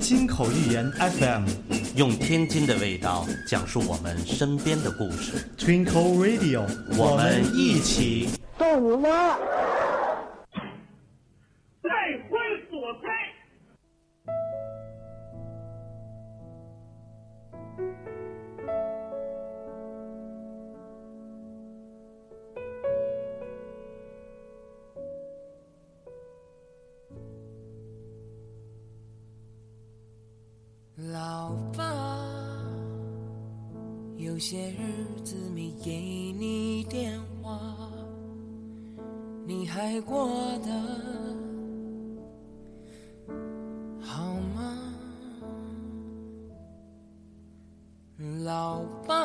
金口玉言 FM 用天津的味道讲述我们身边的故事， Twinkle Radio，我们一起。逗你妈！再婚所配。老爸，有些日子没给你电话，你还过得好吗？老爸，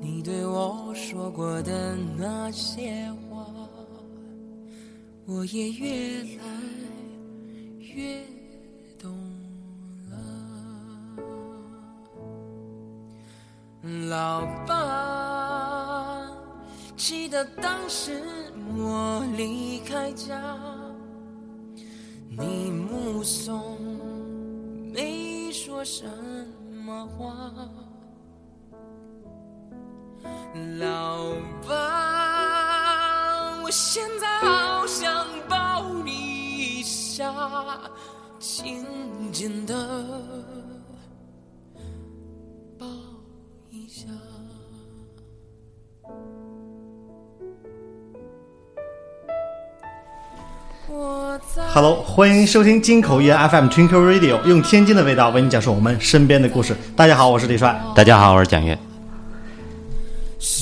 你对我说过的那些话，我也越来越懂了。老爸，记得当时我离开家，你目送，没说什么话。老爸，我现在好想抱你一下，紧紧的抱一下。我在 Hello，欢迎收听金口玉言 FM Twinkle Radio，用天津的味道为你讲述我们身边的故事。大家好，我是李帅。大家好，我是蒋越。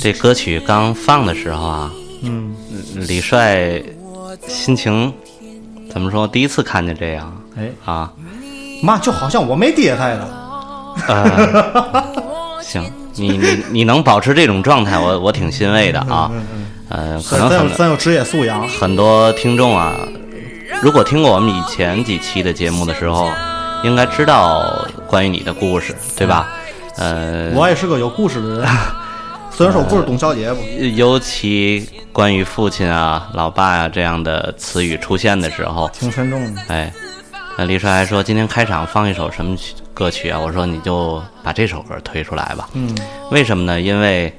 这歌曲刚放的时候啊，嗯，李帅我在心情怎么说？第一次看见这样哎，啊，妈，就好像我没爹他了。呃 行，你你你能保持这种状态，我我挺欣慰的啊。呃，可能咱有很咱有职业素养，很多听众啊，如果听过我们以前几期的节目的时候，应该知道关于你的故事，对吧？呃，我也是个有故事的人。哎虽然说我不是董小姐吧，尤其关于父亲啊、老爸啊这样的词语出现的时候，挺沉重的。哎，那李帅还说今天开场放一首什么曲歌曲啊？我说你就把这首歌推出来吧。嗯，为什么呢？因为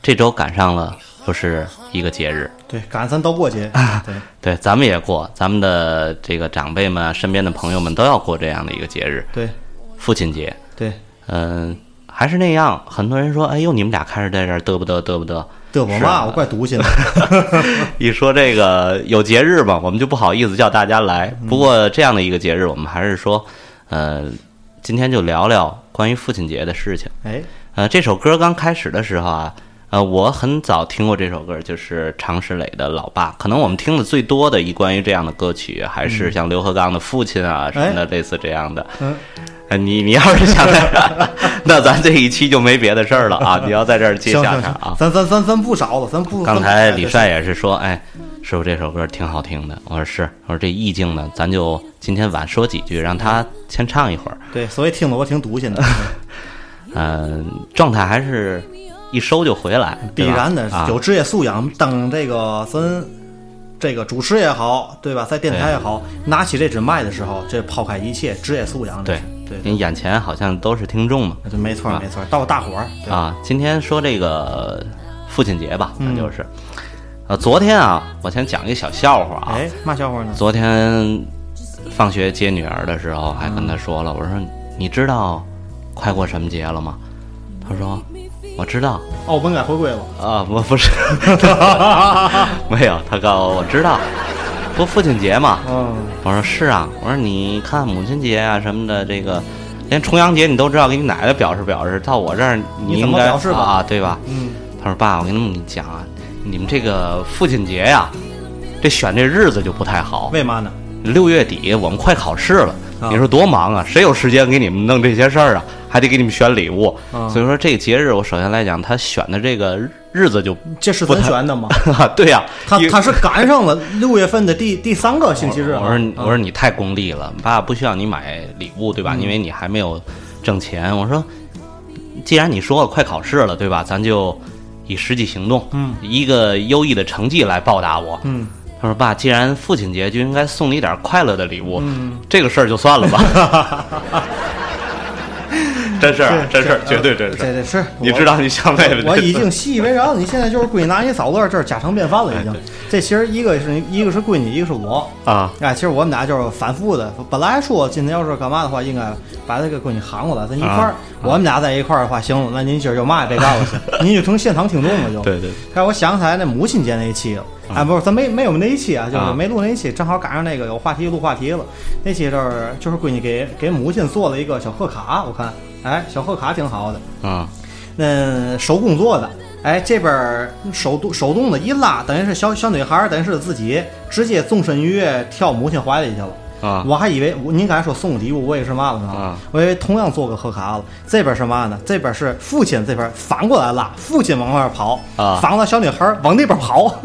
这周赶上了又是一个节日，对，赶上咱都过节，哎对，对，咱们也过，咱们的这个长辈们啊、身边的朋友们都要过这样的一个节日对， ——父亲节。对，嗯、还是那样，很多人说：“哎呦，你们俩开始在这儿嘚不嘚嘚不嘚。”对我是啊妈，我怪毒 心了。一说这个有节日嘛，我们就不好意思叫大家来。嗯不过这样的一个节日，我们还是说，呃，今天就聊聊关于父亲节的事情。哎，呃，这首歌刚开始的时候啊，呃，我很早听过这首歌，就是常石磊的《老爸》。可能我们听的最多的一关于这样的歌曲，还是像刘和刚的《父亲》啊什么的，类似这样的。哎嗯呃你你要是想 在，那咱这一期就没别的事儿了啊！你要在这儿接行下行茬行啊，。咱咱咱咱不少了，咱不。刚咱不改才李这帅事也是说，哎，师傅这首歌挺好听的。我说是，我说这意境呢，咱就今天晚说几句，让他先唱一会儿。对，所以听得我挺毒心的。嗯、状态还是一收就回来，必对吧然的啊，、有职业素养，当这个咱这个主持也好，对吧？在电台也好，拿起这支麦的时候，这抛开一切职业素养这对是，对，您眼前好像都是听众嘛。对，没错啊没错，到大伙儿对啊，今天说这个父亲节吧，那嗯就是，呃，昨天啊，我先讲一个小笑话啊。哎，嘛小伙儿呢？昨天放学接女儿的时候，还跟她说了，我说你知道快过什么节了吗？她说我知道。澳门哦该回归了，啊，我不是， 没有，他告诉我，我知道，不父亲节嘛。嗯，我说是啊，我说你看母亲节啊什么的，这个连重阳节你都知道，给你奶奶表示表示，到我这儿你怎应么该表示吧啊，对吧？嗯，他说爸，我跟你讲啊，你们这个父亲节呀、这选这日子就不太好。为嘛呢？六月底我们快考试了，啊你说多忙啊？谁有时间给你们弄这些事儿啊？还得给你们选礼物，啊所以说这个节日，我首先来讲，他选的这个日子就， 这是不咱太选的吗？对啊呀、他因为他是赶上了 六月份的第第三个星期日啊。我说你我说嗯你太功利了，爸不需要你买礼物对吧？因为你还没有挣钱。我说，既然你说了快考试了对吧？咱就以实际行动，嗯，一个优异的成绩来报答我。嗯，他说：“爸，既然父亲节就应该送你点快乐的礼物，嗯这个事儿就算了吧。”真事儿啊，真事儿，绝对真事嗯对儿。对是，你我 知道你想妹妹，呃我已经习以为常，你现在就是归纳你嫂子这儿家常便饭了，已经哎。这其实一个是一个是闺女，一个是我啊哎，其实我们俩就是反复的。本来说今天要是干嘛的话，应该把这个闺女喊过来，咱一块儿啊。我们俩在一块儿的话，行，那您今儿就嘛也别干了， 去，您就成现场听众了就。对对对。还有我想起来那母亲节那一期了，哎，不是，咱没没有那一期啊，就是啊没录那一期，正好赶上那个有话题录话题了。那期就是就是闺女给给母亲做了一个小贺卡，我看，哎，小贺卡挺好的。嗯，嗯，手工做的。哎，这边儿手动手动的一拉，等于是小小女孩儿，等于是自己直接纵身一跃跳母亲怀里去了。啊我还以为我您刚才说送礼物，我也是嘛了呢？啊我以为同样做个贺卡了。这边是嘛呢？这边是父亲这边反过来拉，父亲往那儿跑，啊反过来小女孩儿往那边跑。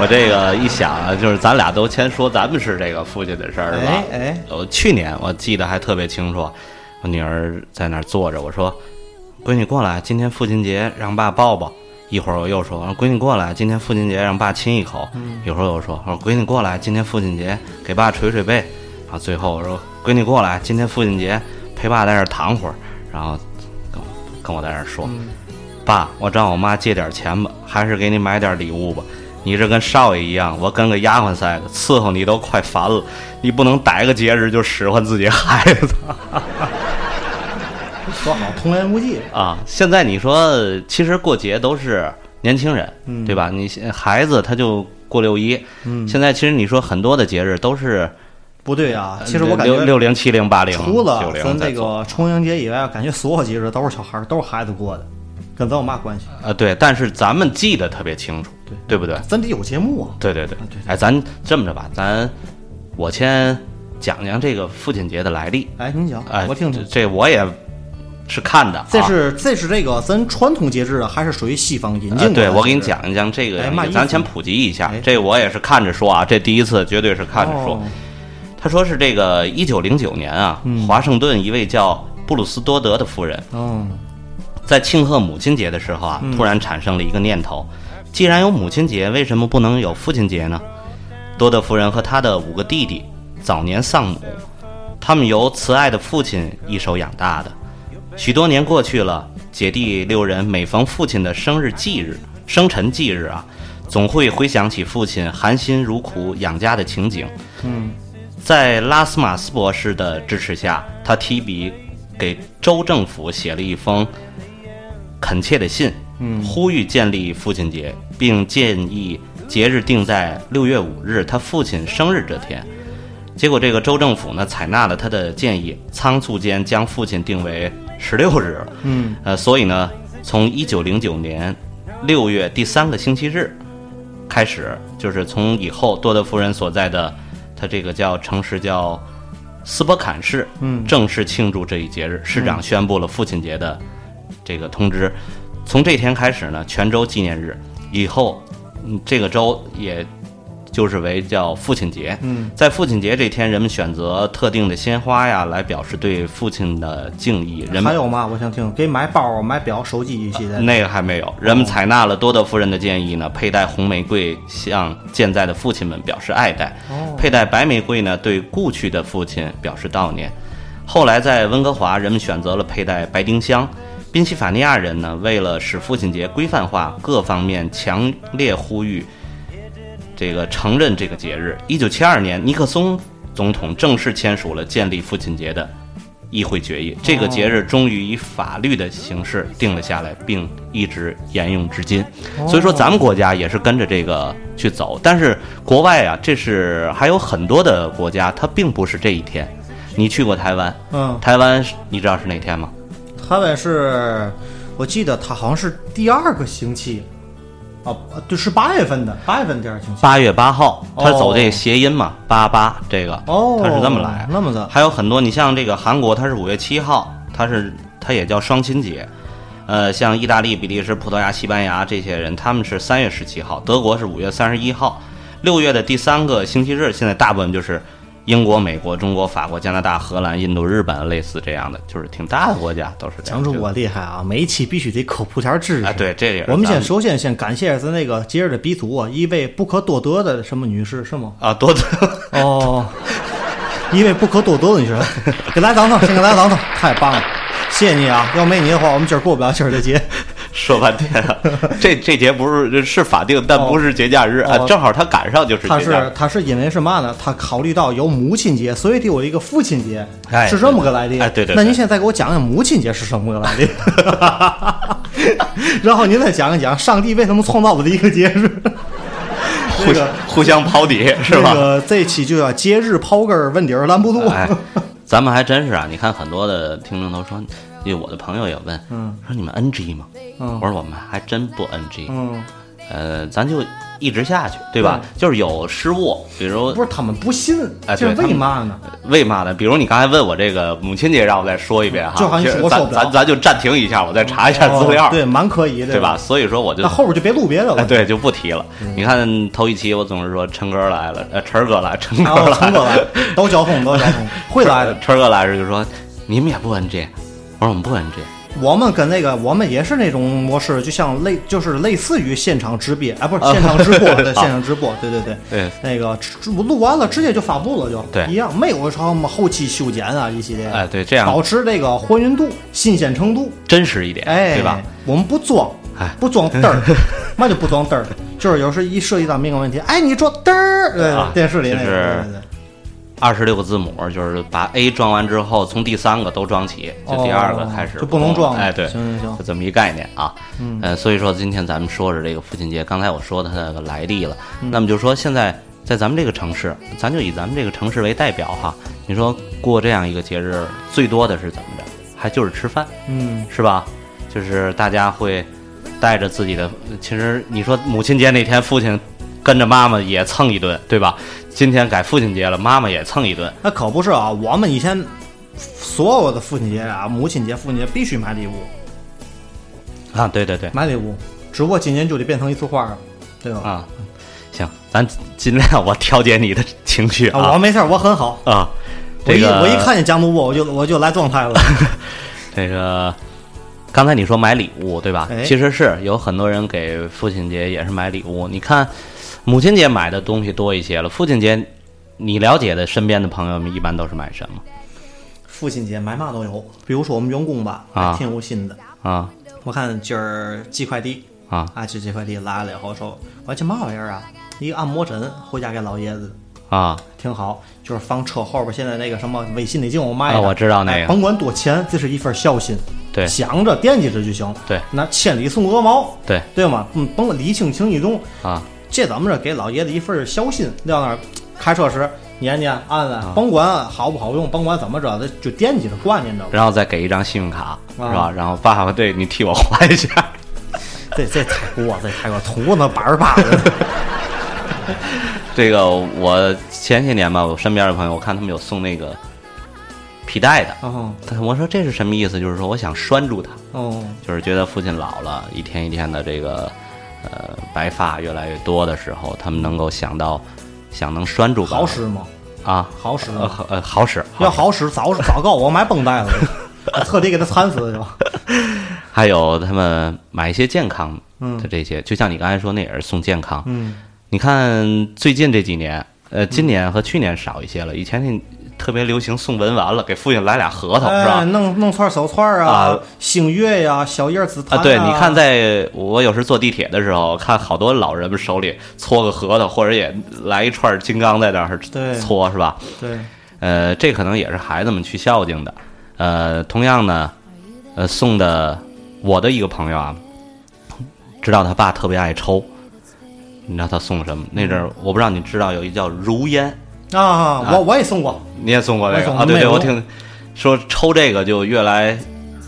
我这个一想啊，就是咱俩都先说咱们是这个父亲的事儿，是吧哎？哎我去年我记得还特别清楚，我女儿在那儿坐着，我说：“闺女过来，今天父亲节让爸抱抱。”一会儿我又说：“我说闺女过来，今天父亲节让爸亲一口。一会儿我又说：“我说闺女过来，今天父亲节给爸捶捶背。”然后最后我说：“闺女过来，今天父亲节陪爸在那儿躺会儿。”然后跟我跟我在那儿说。爸，我找我妈借点钱吧，还是给你买点礼物吧。你这跟少爷一样，我跟个丫鬟似的，伺候你都快烦了。你不能逮个节日就使唤自己孩子 多好，童言无忌。啊！现在你说，其实过节都是年轻人，嗯对吧？你现孩子他就过六一，现在其实你说很多的节日都是不对啊，其实我感觉呃六六零、七零、八零、除了九零咱在这做个重阳节以外，感觉所有节日都是小孩儿，都是孩子过的，跟咱有嘛关系？啊，对，但是咱们记得特别清楚，对对不对？咱得有节目啊。对对对啊对，哎，咱这么着吧，咱我先讲讲这个父亲节的来历。哎，您讲，哎，我听听这。这我也是看的啊，这是这是这个咱传统节日啊，还是属于西方引进呃过来的？对，我给你是不是。讲一讲这个哎嘛意，思咱先普及一下哎。这我也是看着说啊，这第一次绝对是看着说哦。他说是这个一九零九年啊，华盛顿一位叫布鲁斯多德的妇人，嗯，在庆贺母亲节的时候啊，突然产生了一个念头：既然有母亲节，为什么不能有父亲节呢？多德夫人和她的五个弟弟早年丧母，他们由慈爱的父亲一手养大的。许多年过去了，姐弟六人每逢父亲的生日忌日、生辰忌日啊，总会回想起父亲含辛茹苦养家的情景。在拉斯马斯博士的支持下，他提笔给州政府写了一封恳切的信，呼吁建立父亲节，并建议节日定在六月五日，他父亲生日这天。结果，这个州政府呢采纳了他的建议，仓促间将父亲定为十六日了。嗯，呃，所以呢，从一九零九年六月第三个星期日开始，就是从以后多德夫人所在的，他这个叫城市叫斯伯坎市，嗯，正式庆祝这一节日。市长宣布了父亲节的这个通知，从这天开始呢，全州纪念日以后，嗯，这个州也就是为叫父亲节。嗯，在父亲节这天，人们选择特定的鲜花呀，来表示对父亲的敬意。人们呃还有嘛？我想听，给买包、买表、手机一系列的。那个还没有，人们采纳了多德夫人的建议呢，佩戴红玫瑰向健在的父亲们表示爱戴，佩戴白玫瑰呢对故去的父亲表示悼念。后来在温哥华，人们选择了佩戴白丁香。宾夕法尼亚人呢，为了使父亲节规范化，各方面强烈呼吁这个承认这个节日。一九七二年，尼克松总统正式签署了建立父亲节的议会决议，这个节日终于以法律的形式定了下来，并一直沿用至今。所以说，咱们国家也是跟着这个去走，但是国外啊，这是还有很多的国家，它并不是这一天。你去过台湾？嗯台湾是你知道是哪天吗？台湾是，我记得它好像是第二个星期，啊，对，是八月份的，八月份第二个星期。八月八号，它哦走这谐音嘛，八八这个，哦它是这么来，那么的还有很多，你像这个韩国，它是五月七号，它是它也叫双亲节，呃，像意大利、比利时、葡萄牙、西班牙这些人，他们是三月十七号，德国是五月三十一号，六月的第三个星期日，现在大部分就是英国、美国、中国、法国、加拿大、荷兰、印度、日本，类似这样的，就是挺大的国家都是这样。强中国厉害啊！每一期必须得抠铺条知识啊，对，这也是我们咱先首先先感谢是那个吉尔的鼻祖啊，一位不可多得的什么女士是吗？啊，多得哦，一位不可多得的女士， 给大家掌声，先给大家 掌声，太棒了，谢谢你啊！要没你的话，我们今儿过不了今儿这 节。说半天 了。这这节不是是法定，但不是节假日啊哦，正好他赶上就是他节假是日。他是因为是嘛呢？他考虑到有母亲节，所以得有一个父亲节，哎是这么个来的。哎对对对那您现在给我讲讲母亲节是什么个来的？ 然后您再讲一讲上帝为什么创造了一个节日？互这个 互相抛底是这 吧？个这期就叫节日刨根儿问底儿拦不住。哎，咱们还真是啊！你看很多的听众都说，就我的朋友也问，说你们 NG 吗？嗯我说我们还真不 NG，嗯，呃，咱就一直下去，对吧？就是有失误，比如不是他们不信哎，这对是为嘛呢？为嘛呢？比如你刚才问我这个母亲节，让我再说一遍哈，就好像其实我咱受不了咱咱就暂停一下，我再查一下哦资料，对，蛮可疑的，对吧？？所以说我就那后边就别录别的哎了。 嗯对就不提了。你看头一期我总是说陈哥来了，呃，陈哥来，陈然哥后 来，哦陈哥来，都交通 都交通，会来的。陈哥来时就说你们也不 NG，我说我们不 NG，我们跟那个，我们也是那种模式，就像类，就是类似于现场直播，啊，不是啊现场直播， 对，好现场直播，对对对，对那个直录完了直接就发布了就，对一样，没有什么后期修剪啊一系列，哎对这样保持这个还原度、新鲜程度，真实一点，哎，对吧？？我们不装哎，不装嘚儿， 嘛就不装嘚儿，就是有时候一涉及到敏感问题，哎，你装嘚儿，对啊电视里那就个，是对对对二十六个字母，就是把 A 装完之后，从第三个都装齐，就第二个开始、哦就不能装了哎，对，行行行就这么一概念啊。嗯，呃，所以说今天咱们说是这个父亲节，刚才我说它的来历了，那么就说现在在咱们这个城市，咱就以咱们这个城市为代表哈，你说过这样一个节日，最多的是怎么着？还就是吃饭，嗯，是吧？就是大家会带着自己的，其实你说母亲节那天，父亲跟着妈妈也蹭一顿，对吧？今天改父亲节了，妈妈也蹭一顿。那可不是啊，我们以前所有的父亲节啊、母亲节、父亲节必须买礼物，啊，对对对，买礼物，只不过今年就得变成一束花儿，对吧？啊，行，咱尽量我调节你的情绪我啊没事儿，我很好。啊，这个我一我一看见江主播，我就我就来状态了。 这个。刚才你说买礼物对吧？哎其实是有很多人给父亲节也是买礼物。你看，母亲节买的东西多一些了，父亲节，你了解的身边的朋友们一般都是买什么父亲节买嘛都有，比如说我们员工吧，啊还挺有心的。啊？我看今儿寄快递啊啊，就寄快递来了以后说，我这嘛玩意儿啊？一个按摩枕，回家给老爷子啊挺好，就是放车后边现在那个什么微信里净有卖的、啊我知道那个哎甭管多钱，这是一份孝心，对想着惦记着就行。对那千里送鹅毛，对对吗？嗯，甭管礼轻情意重，啊，这咱们这给老爷子一份孝心，撂那儿开车时撵撵按啊按，甭管好不好用，甭管怎么着，就惦记着挂 念着。然后再给一张信用卡是吧啊？然后爸爸对你替我还一下。这这太过，这太过，图那板儿巴 的。这个我前些年吧，我身边的朋友，我看他们有送那个皮带的，哦但我说这是什么意思？就是说我想拴住他，哦，就是觉得父亲老了，一天一天的这个呃白发越来越多的时候，他们能够想到想能拴住爸爸好使吗？啊，好使呃吗？好呃好使，要好使，早早告我买绷带了， 我特地给他缠死了就。还有他们买一些健康的这些，就像你刚才说，那也是送健康。嗯，你看最近这几年，呃，今年和去年少一些了，以前那特别流行送文玩了，给父亲来俩核桃、是哎，吧？弄弄串手串儿啊啊，星月呀，小叶紫檀啊，对，你看在，我有时坐地铁的时候，看好多老人们手里搓个核桃，或者也来一串金刚在那儿对搓，是吧？对，呃，这可能也是孩子们去孝敬的。呃，同样呢，呃，送的我的一个朋友啊，知道他爸特别爱抽，你知道他送什么？那阵儿嗯我不知道你知道有一叫如烟，啊，我我也送过，你也送过那我也个送啊？对没对，有我听说抽这个就越来，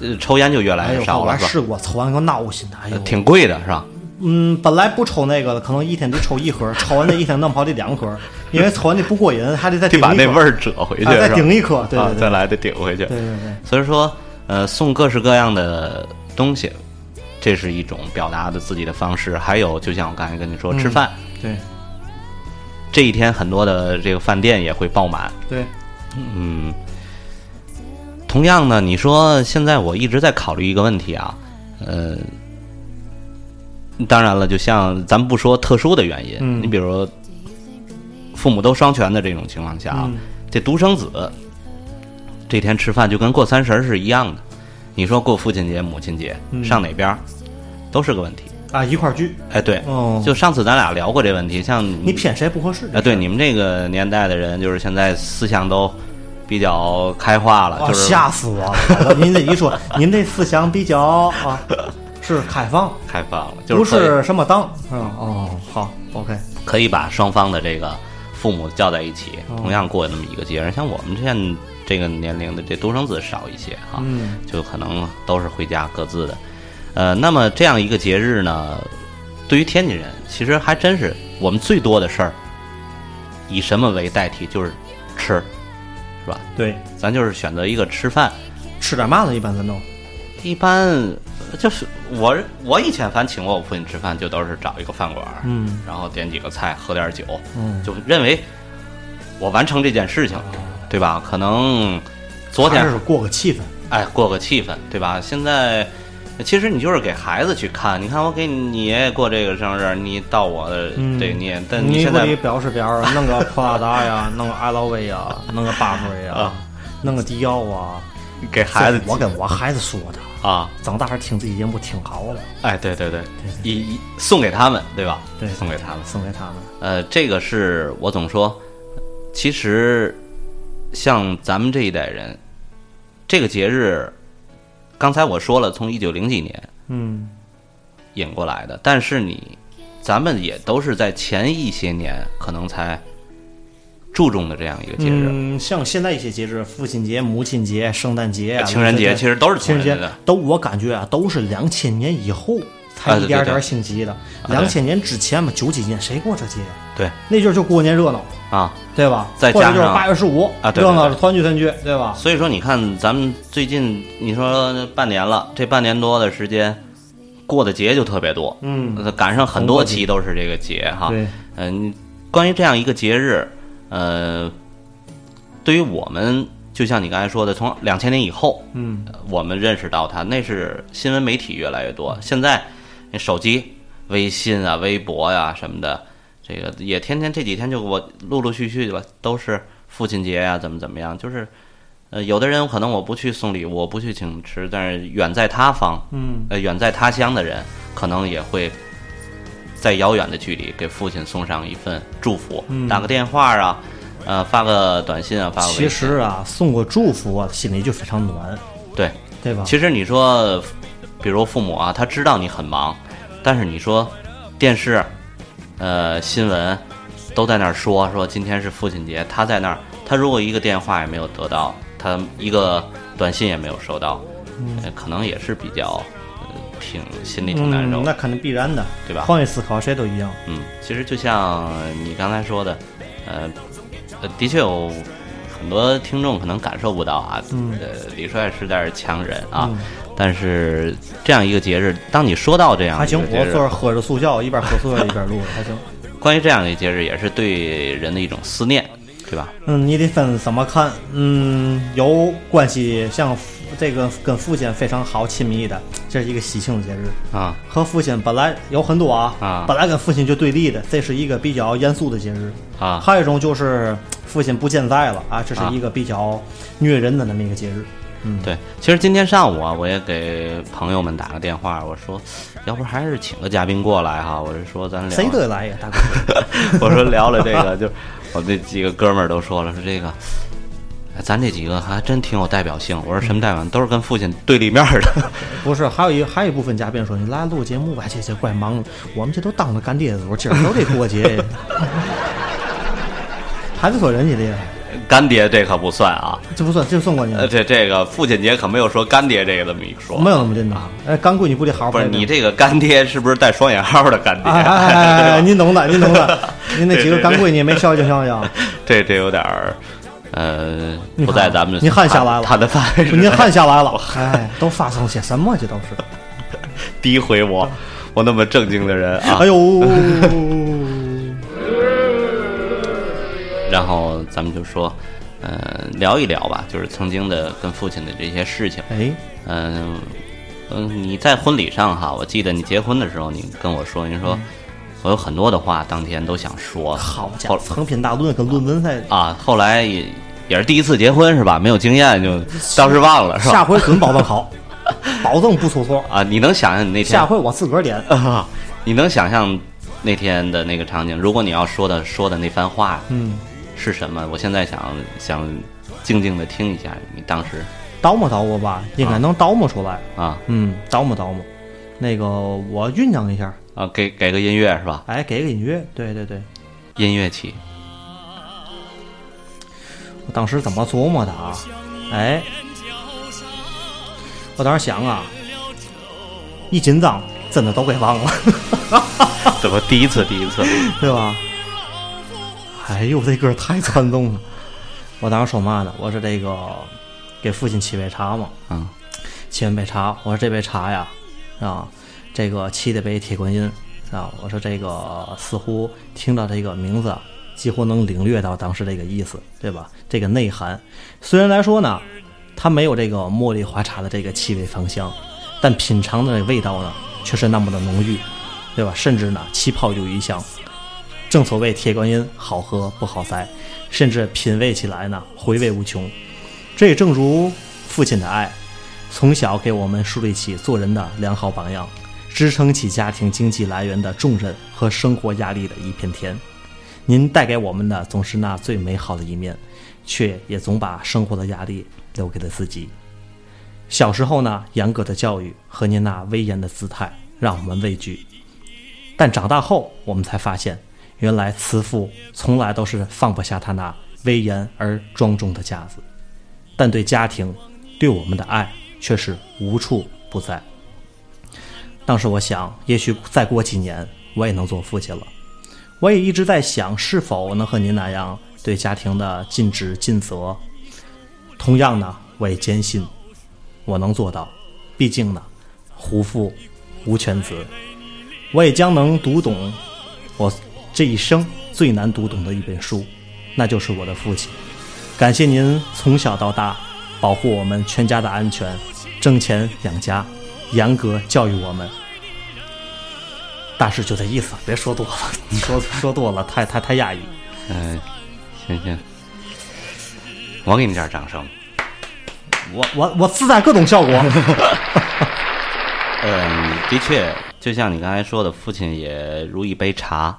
呃抽烟就越来哎越呦，少我了，还是吧？试过，抽完给我闹心的，哎呃呦，挺贵的是吧？嗯，本来不抽那个的，可能一天得抽一盒，抽完那一天弄不好得两盒，因为抽完那不过瘾，还得再得顶把一那盒味儿折回去，啊再是吧顶一颗，对啊对，再对，来得顶回去。对对对，所以说，呃，送各式各样的东西，这是一嗯种表达的自己的方式。还有，就像我刚才跟你说，吃饭，对，这一天很多的这个饭店也会爆满。对，嗯，同样呢，你说现在我一直在考虑一个问题啊，呃，当然了，就像咱不说特殊的原因，嗯你比如父母都双全的这种情况下啊，嗯这独生子这天吃饭就跟过三十儿是一样的，你说过父亲节、母亲节，嗯上哪边儿都是个问题。啊，一块儿聚，哎，对，哦就上次咱俩聊过这问题，像你骗谁不合适？啊，对，你们这个年代的人，就是现在思想都比较开化了，啊，就是吓死我了！ 您这一说，您这思想比较啊，是开放，开放了，就不是可以是什么当，嗯哦，好，OK，可以把双方的这个父母叫在一起，哦同样过那么一个节日。像我们现在这个年龄的这独生子少一些哈，嗯就可能都是回家各自的。呃，那么这样一个节日呢，对于天津人，其实还真是我们最多的事儿，以什么为代替，就是吃，是吧？对，咱就是选择一个吃饭。吃点嘛呢？一般咱都一般呃就是我我以前反正请过我父亲吃饭，就都是找一个饭馆，嗯，然后点几个菜，喝点酒，嗯就认为我完成这件事情了，对吧？可能昨还天是过个气氛，哎过个气氛，对吧？现在其实你就是给孩子去看，你看我给你爷爷过这个生日，你到我的嗯这个你也，但你现不得在表示表 示，弄个普拉达呀， 弄个 LV 呀，弄个巴夫呀啊，弄个迪奥啊，给孩子这我跟我孩子说的，啊，长大还是听自己节目听好了，哎，对对对，一一送给他们，对吧？对送给他们。送给他们，呃，这个是我总说，其实像咱们这一代人，这个节日，刚才我说了，从一九零几年嗯，引过来的，但是你，咱们也都是在前一些年可能才注重的这样一个节日。嗯，像现在一些节日，父亲节、母亲节、圣诞节、哎啊情人节对对其实都是情人情人节节的，都我感觉啊，都是两千年以后才啊一对点对点对兴起的。对两千年之前嘛，九几年谁过这节呀？对那阵儿就过年热闹，啊，对吧？再或者加就是上八月十五啊对对热闹对团聚团聚，对吧？所以说你看，咱们最近你说半年了，这半年多的时间，过的节就特别多。嗯，呃赶上很多期都是这个节哈。对，嗯、关于这样一个节日，呃，对于我们，就像你刚才说的，从两千年以后，嗯，呃我们认识到它，那是新闻媒体越来越多，现在那手机、微信啊、微博呀、什么的，这个也天天这几天就我陆陆续续的吧，都是父亲节啊呀、怎么怎么样，就是。呃，有的人可能我不去送礼物，我不去请吃，但是远在他方，嗯，呃，远在他乡的人，可能也会在遥远的距离给父亲送上一份祝福，嗯打个电话啊，呃，发个短信啊，发个微其信实啊，送个祝福啊，心里就非常暖，对，对吧？其实你说，比如父母啊，他知道你很忙，但是你说电视、呃新闻都在那儿说说今天是父亲节，他在那儿，他如果一个电话也没有得到，他一个短信也没有收到，呃可能也是比较。呃挺心里挺难受嗯嗯，那的肯定必然的，对吧换位思考，谁都一样。嗯，其实就像你刚才说的，呃，呃的确有很多听众可能感受不到啊，嗯呃，李帅是点强人啊，但是这样一个节日，当你说到这样还一行个，节我日坐，这儿喝着塑胶，一边喝塑胶一边录，还行。关于这样的一个节日，也是对人的一种思念，对吧？嗯，你得分怎么看。嗯，有关系像父这个跟父亲非常好亲密的，这是一个喜庆的节日。啊，和父亲本来有很多啊，啊本来跟父亲就对立的，这是一个比较严肃的节日啊还有一种就是父亲不健在了啊，这是一个比较虐人的那么一个节日。嗯，对，其实今天上午啊，我也给朋友们打个电话，我说，要不还是请个嘉宾过来哈，我是说咱聊谁得来呀，大 哥？我说聊了这个，就我那几个哥们儿都说了，说这个，哎咱这几个还真挺有代表性。我说什么代表性？都是跟父亲对立面儿的。 不是，还有一还有一部分嘉宾说你来录节目吧，这这怪忙了，我们这都当了干爹的，我今儿都得过节 呀，还得说人家的，干爹这可不算啊，这不算，这算过年呃，了。这这个父亲节可没有说干爹这个这么一说。没有那么真的。哎，干闺女不得好好哦不是培养你这个干爹是不是带双引号的干爹？哎哎哎哎哎，对吧您懂的，您懂的。您那几个干闺女没孝敬孝敬， 这这有点儿，呃，你不看在咱们你汗下来了他的范围之内。您汗下 来了。哎，都发生些什么？这都是。诋毁 我，哎 我那么正经的人啊哎。呦，然后咱们就说，呃，聊一聊吧，就是曾经的跟父亲的这些事情。哎，嗯、嗯，你在婚礼上哈，我记得你结婚的时候，你跟我说，你说、我有很多的话，当天都想说。好家后伙，长篇大论跟论文赛，啊，后来也也是第一次结婚是吧？没有经验就当时忘了是 下吧？回准保证好，保证不出错。啊，你能想象你那天下回我自个儿点。啊，你能想象那天的那个场景？如果你要说的说的那番话嗯，是什么？我现在想想静静的听一下你当时叨磨叨磨吧，应该能叨磨出来。啊嗯，叨磨叨磨。那个我酝酿一下，啊，给给个音乐是吧？哎，给个隐约。对对对，音乐起，我当时怎么琢磨的啊？哎，我当时想啊，一紧张真的都给忘了， 怎么第一次第一次？对吧？哎呦，这歌太传动了。我当时说嘛呢？我说这个给父亲沏杯茶嘛，嗯沏完杯茶，我说这杯茶呀，啊，这个沏的杯铁观音啊，我说这个似乎听到这个名字，啊，几乎能领略到当时这个意思，对吧？这个内涵，虽然来说呢，它没有这个茉莉花茶的这个气味芳香，但品尝的味道呢，却是那么的浓郁，对吧？甚至呢，气泡有余香。正所谓铁观音好喝不好塞，甚至品味起来呢，回味无穷。这也正如父亲的爱，从小给我们树立起做人的良好榜样，支撑起家庭经济来源的重任和生活压力的一片天。您带给我们的总是那最美好的一面，却也总把生活的压力留给了自己。小时候呢，严格的教育和您那威严的姿态让我们畏惧，但长大后我们才发现，原来慈父从来都是放不下他那威严而庄重的架子。但对家庭、对我们的爱却是无处不在。当时我想，也许再过几年，我也能做父亲了。我也一直在想，是否能和您那样对家庭的尽职尽责。同样呢，我也坚信我能做到。毕竟呢，胡父无犬子，我也将能读懂我这一生最难读懂的一本书，那就是我的父亲。感谢您从小到大保护我们全家的安全，挣钱养家，严格教育我们。大致就这意思，别说多了， 说说多了太太太压抑。嗯、行行，我给你点掌声。我我我自带各种效果。 嗯，的确，就像你刚才说的，父亲也如一杯茶。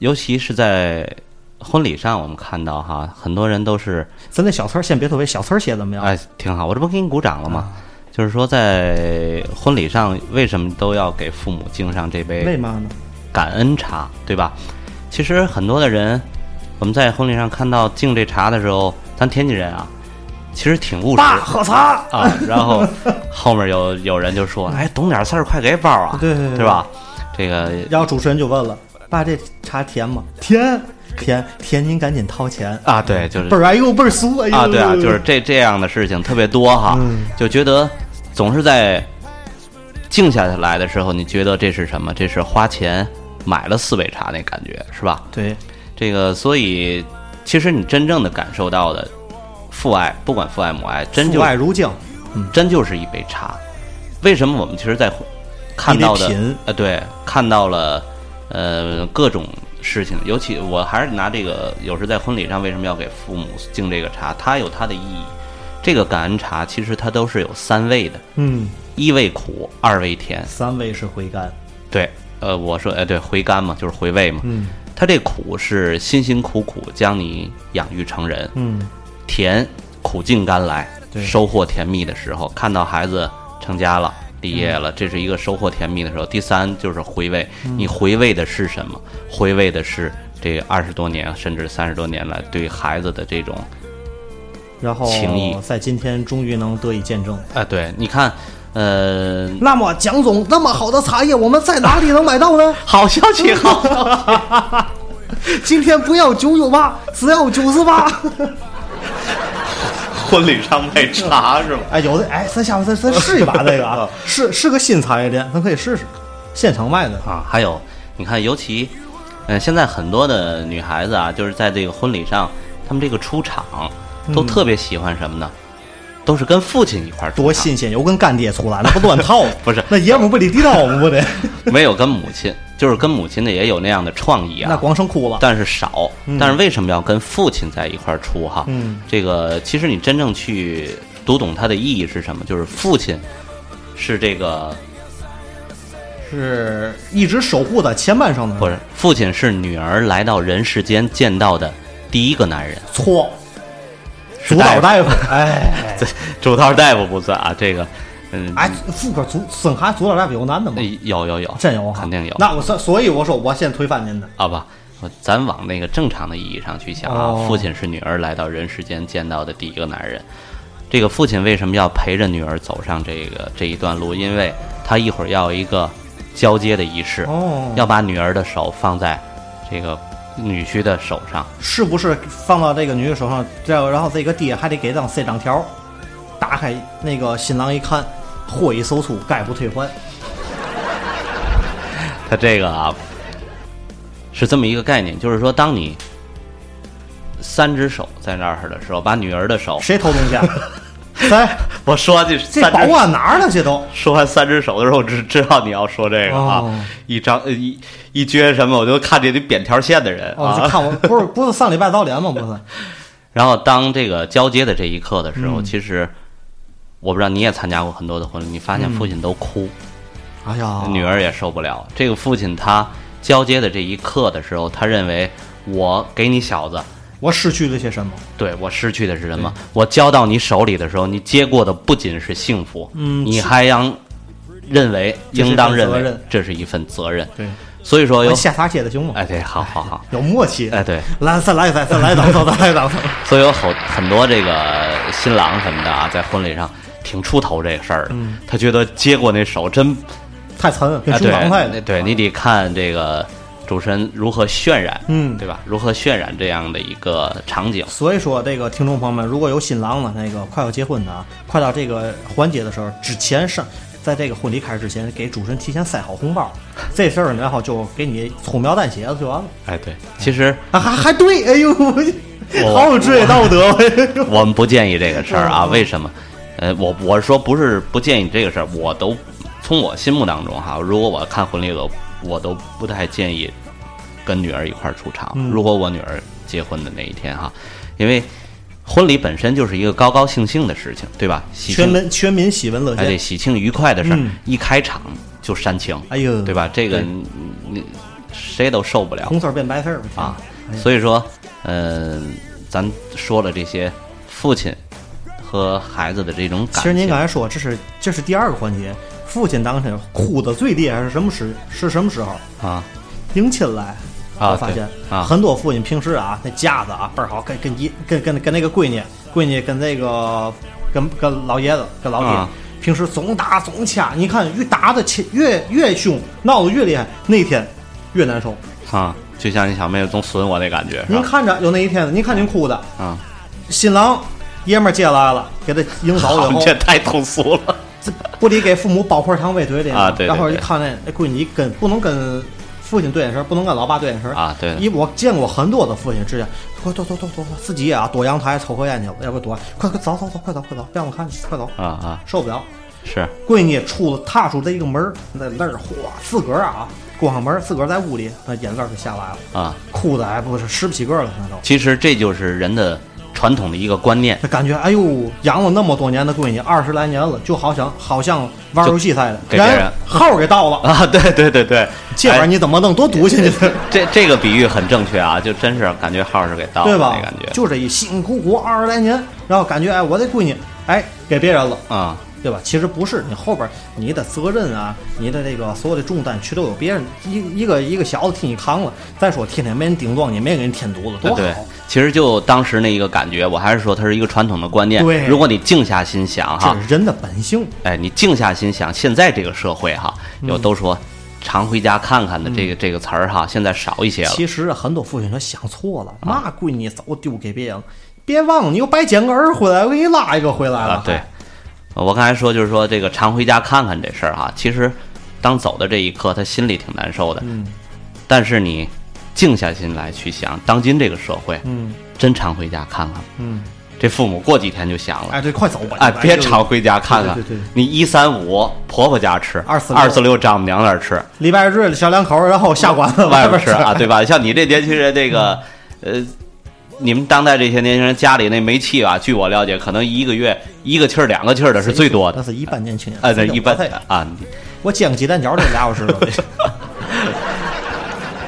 尤其是在婚礼上，我们看到哈，很多人都是咱那小词儿先别特别，小词儿写怎么样？哎，挺好，我这不给你鼓掌了吗？就是说，在婚礼上，为什么都要给父母敬上这为杯嘛呢？感恩茶，对吧？其实很多的人，我们在婚礼上看到敬这茶的时候，咱天津人啊，其实挺务实爸喝茶，啊，然后后面有有人就说：“哎，懂点事儿，快给包啊，对对对吧？”这个然后主持人就问了：“爸，这茶甜吗？甜，甜，甜，您赶紧掏钱。啊，对，就是”倍儿哎呦倍儿酥哎呦啊，对啊，就是这这样的事情特别多哈，嗯就觉得总是在静下来的时候，你觉得这是什么？这是花钱买了四杯茶那感觉是吧？对这个，所以其实你真正的感受到的父爱，不管父爱母爱，真父就爱如镜，真就是一杯茶。为什么我们其实在看到你的得品呃，对，看到了呃各种事情，尤其我还是拿这个，有时在婚礼上为什么要给父母敬这个茶，它有它的意义。这个感恩茶其实它都是有三味的，嗯，一味苦，二味甜，三味是回甘，对，呃，我说，哎，对，回甘嘛，就是回味嘛。嗯它这苦是辛辛苦苦将你养育成人，嗯，甜苦尽甘来，对收获甜蜜的时候，看到孩子成家了、毕业了，这是一个收获甜蜜的时候。第三就是回味，你回味的是什么？回味的是这二十多年甚至三十多年来对孩子的这种然后情谊在今天终于能得以见证。啊，对，你看，呃，那么，蒋总那么好的茶叶，我们在哪里能买到 呢？ 好消息，好消息。今天不要九九八，只要九十八。 婚礼上卖茶是吧？哎，有的哎，咱下回咱咱试一 把这个嗯啊，是是个新茶叶店，咱可以试试，现成卖的。啊，还有你看，尤其呃，现在很多的女孩子啊，就是在这个婚礼上，她们这个出场都嗯特别喜欢什么呢？都是跟父亲一块儿出多场新鲜！有跟干爹出来，那不乱套吗？ 不是那爷们儿不得地道吗？不得？ 没有跟母亲，就是跟母亲的也有那样的创意 啊。那光剩哭了。但是少。嗯但是为什么要跟父亲在一块儿出哈？嗯这个其实你真正去读懂它的意义是什么，就是父亲是这个是一直守护在前半生的，不是父亲是女儿来到人世间见到的第一个男人，错，是主导大大夫。夫， 哎主刀大夫不算啊，这个嗯，哎，妇科主生孩子主导大夫有男的吗？有有有，真有啊哈，哎肯定有。那我所所以我说我先推翻您的，啊不，我咱往那个正常的意义上去想啊，哦父亲是女儿来到人世间见到的第一个男人。这个父亲为什么要陪着女儿走上这个这一段路？因为他一会儿要一个交接的仪式，哦要把女儿的手放在这个女婿的手上。是不是放到这个女的手上，然后然后这个爹还得给张塞张条，打开那个新郎一看，货已售出，概不退还。哦他这个啊，是这么一个概念，就是说，当你三只手在那儿的时候，把女儿的手，谁偷东 西？啊？哎，我说这这三保只安哪儿呢？这都说完三只手的时候，我知知道你要说这个啊，哦一张呃一一撅什么，我就看见那扁条线的人哦，啊就。看我不是不是上礼拜早点吗？不 是，然后当这个交接的这一刻的时嗯候，其实我不知道你也参加过很多的婚礼，你发现父亲都哭，哎呀，女儿也受不了。这个父亲他交接的这一刻的时候，他认为我给你小子。我失去了些什么？对我失去的是什么？我交到你手里的时候，你接过的不仅是幸福，嗯你还让认为这是一份应当认责为任这是一份责任。对，所以说有哎我下撒切的行吗？哎，对，好好好，有默契。哎，对，来，再来一再再来一档，再来一 档。所以有好很多这个新郎什么的啊，在婚礼上挺出头这个事儿的，他觉得接过那手真，太沉了，跟哎猪囊太对，对你得看这个主持人如何渲染，嗯对吧？如何渲染这样的一个场景，所以说，这个听众朋友们，如果有新郎的那个快要结婚的啊，快到这个环节的时候，之前上，在这个婚礼开始之前，给主持人提前塞好红包，这事儿然后就给你粗描淡写的就完了。哎，对，其实啊，还还对，哎呦，哦好有职业道德，哎呦 我们不建议这个事儿啊，嗯为什么？呃，我我是说不是不建议这个事儿，我都从我心目当中哈，如果我看婚礼我我都不太建议跟女儿一块儿出场。嗯如果我女儿结婚的那一天哈，因为婚礼本身就是一个高高兴兴的事情，对吧？喜全庆民全民喜闻乐哎，对，见。喜庆愉快的事儿，嗯一开场就煽情，哎呦，对吧？这个对嗯你你谁都受不了。红色儿变白色儿啊哎，呀所以说，呃，咱说了这些父亲和孩子的这种感情，其实您刚才说，这是这是第二个环节，父亲当时哭的最厉害是什么时是什么时候？啊，迎亲来，啊我发现对啊很多父亲平时啊，那架子啊倍儿好，跟跟一跟跟跟那个闺女，闺女跟那个跟跟老爷子跟老爹。啊平时总打总掐，你看越打的起越越凶，闹得越厉害，那天越难受。啊，就像你小妹子总损我那感觉，是您吧？看着有那一天，您看您哭的，啊，新郎爷们儿接来了，给他迎走了以 好后，这太通俗了。这不得给父母包块糖喂嘴里啊对对然后一对看那那闺女跟不能跟父亲对眼神，不能跟老爸对眼神啊对因为我见过很多的父亲之前，快走走走走，自己啊躲阳台抽根烟去了，要不躲，快快走走走，快走快走，别让我看见，快走，啊啊，受不了。是闺女出了踏出这一个门儿，那泪儿哗，自个儿啊关上门儿，自个儿在屋里，那眼泪儿就下来了，啊，哭的哎不是拾不起个儿了，那都。其实这就是人的传统的一个观念，这感觉，哎呦，养了那么多年的闺女，二十来年了，就好像 好像玩游戏似的，给别人然号儿给盗 了，哎啊，对对对对，哎这玩意儿你怎么弄？多毒气，你这这这个比喻很正确啊，就真是感觉号是给盗对了吧那？感觉就这一辛辛苦苦二十来年，然后感觉哎，我这闺女哎给别人了，啊，对吧？其实不是，你后边你的责任啊，你的这个所有的重担，全都有别人一一个一个小子替你扛了。再说天天没人顶撞你，没人给你添堵子，多对好！，其实就当时那一个感觉，我还是说它是一个传统的观念。对如果你静下心想哈这，是人的本性。哎，你静下心想，现在这个社会哈，嗯有都说常回家看看的这个、这个词儿哈，现在少一些了。其实啊很多父亲说想错了，嘛闺女早丢给啊别人了，别忘了你又白捡个儿回来，我给你拉一个回来了。啊，对，我刚才说就是说这个常回家看看这事儿哈，其实当走的这一刻，他心里挺难受的。嗯，但是你静下心来去想，当今这个社会，嗯真常回家看看。嗯，这父母过几天就想了，哎，对，快走吧！哎，你别就常回家看看。对对对对你一三五婆婆家吃，二四六二四六丈母娘那儿吃，礼拜日小两口，然后下馆子外边边吃啊， 对吧？像你这年轻人，这个呃，你们当代这些年轻人家里那煤气啊，据我了解，可能一个月一个气儿、两个气儿的是最多的那。是一般年轻人。啊，那一般我啊，我煎个鸡蛋饺得俩小时 了。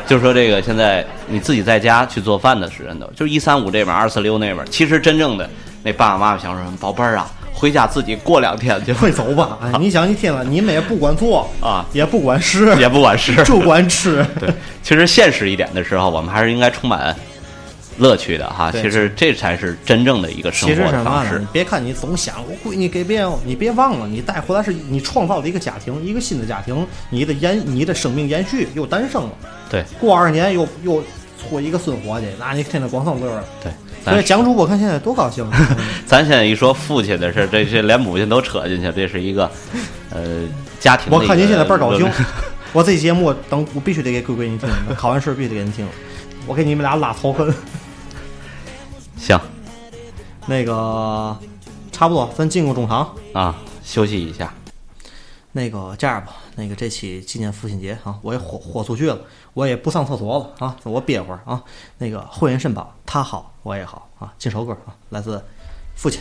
就说这个现在你自己在家去做饭的时间都，就是一三五这边，二四六那边。其实真正的那爸爸妈妈想说什么，宝贝儿啊，回家自己过两天 去，快走吧！哎，你想一天了，你们也不管做啊也不管吃， 也不管事。就管吃。对，其实现实一点的时候，我们还是应该充满乐趣的哈。对其实这才是真正的一个生其实活是嘛方呢？式你。别看你总想我闺女给别人，你别忘了，你带回来是你创造了一个家庭，一个新的家庭，你的延你的生命延续又诞生了。对，过二十年又又搓一个孙伙计，那你天天光剩乐了。对，所以咱蒋主播看现在多高兴啊， 咱现在一说父亲的事，这这连母亲都扯进去，这是一个呃家庭的一我个。看您现在倍儿高兴。我这节目等我必须得给贵闺女听，考完试必须得给您听，我给你们俩拉仇恨。 行那个差不多，咱进个中场。啊，休息一下。那个这样吧，那个这期纪念父亲节啊，我也豁豁出去了，我也不上厕所了啊，我憋会儿啊。那个慧人肾宝，他好我也好啊，进首歌啊，来自父亲。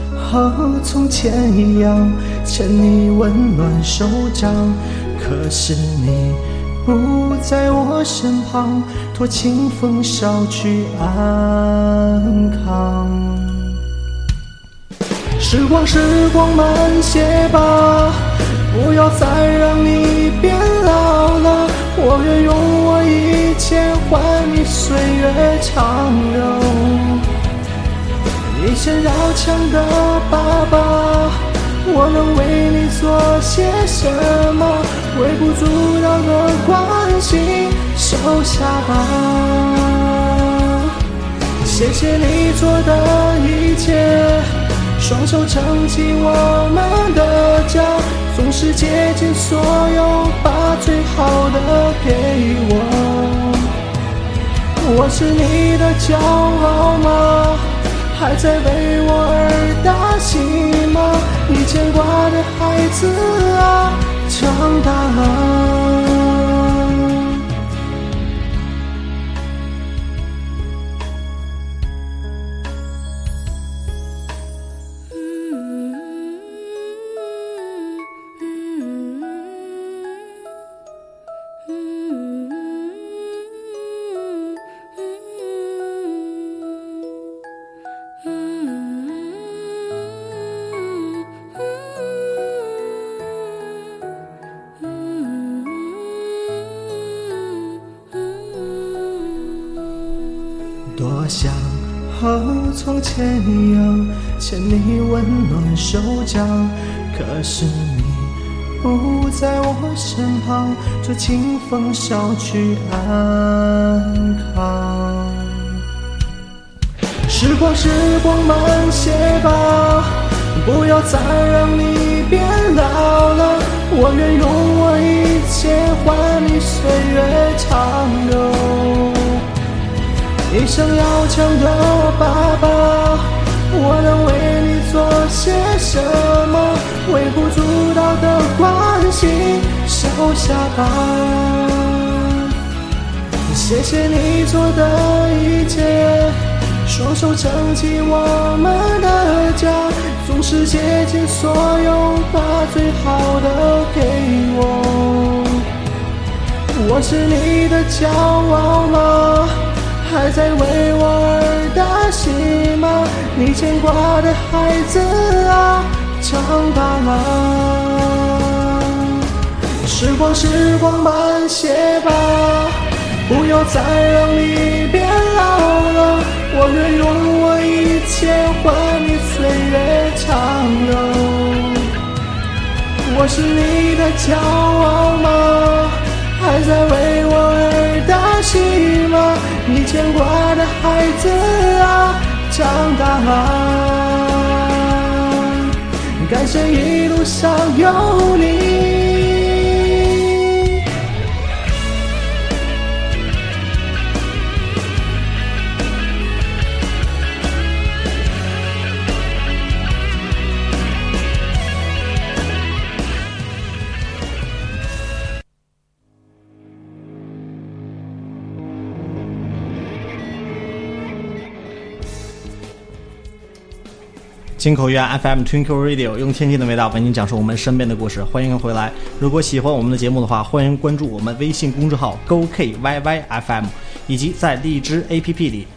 和从前一样牵你温暖手掌，可是你不在我身旁，托清风捎去安康。时光，时光慢些吧，不要再让你变老了。我愿用我一切换你岁月长流。你先绕墙的爸爸，我能为你做些什么？微不足道的关心，收下吧。谢谢你做的一切，双手撑起我们的家，总是竭尽所有把最好的给我。我是你的骄傲吗？还在为我而打气吗？你牵挂的孩子啊，长大了。多想和从前一样牵你温暖手掌，可是你不在我身旁，这清风捎去安康。时光，时光慢些吧，不要再让你变老了。我愿用我一切换你岁月长流。一生要强的爸爸，我能为你做些什么？微不足道的关心，收下吧。谢谢你做的一切，双手撑起我们的家，总是竭尽所有把最好的给我。我是你的骄傲吗？还在为我而打气吗？你牵挂的孩子啊，长大吗？时光，时光慢些吧，不要再让你变老了。我愿用我一切换你岁月长留。我是你的骄傲吗？还在为我而打气吗？你牵挂的孩子啊，长大吗？感谢一路上有你。金口院 FM Twinkle Radio，用天气的味道为您讲述我们身边的故事。欢迎回来！如果喜欢我们的节目的话，欢迎关注我们微信公众号 GoKYYFM，以及在荔枝 APP 里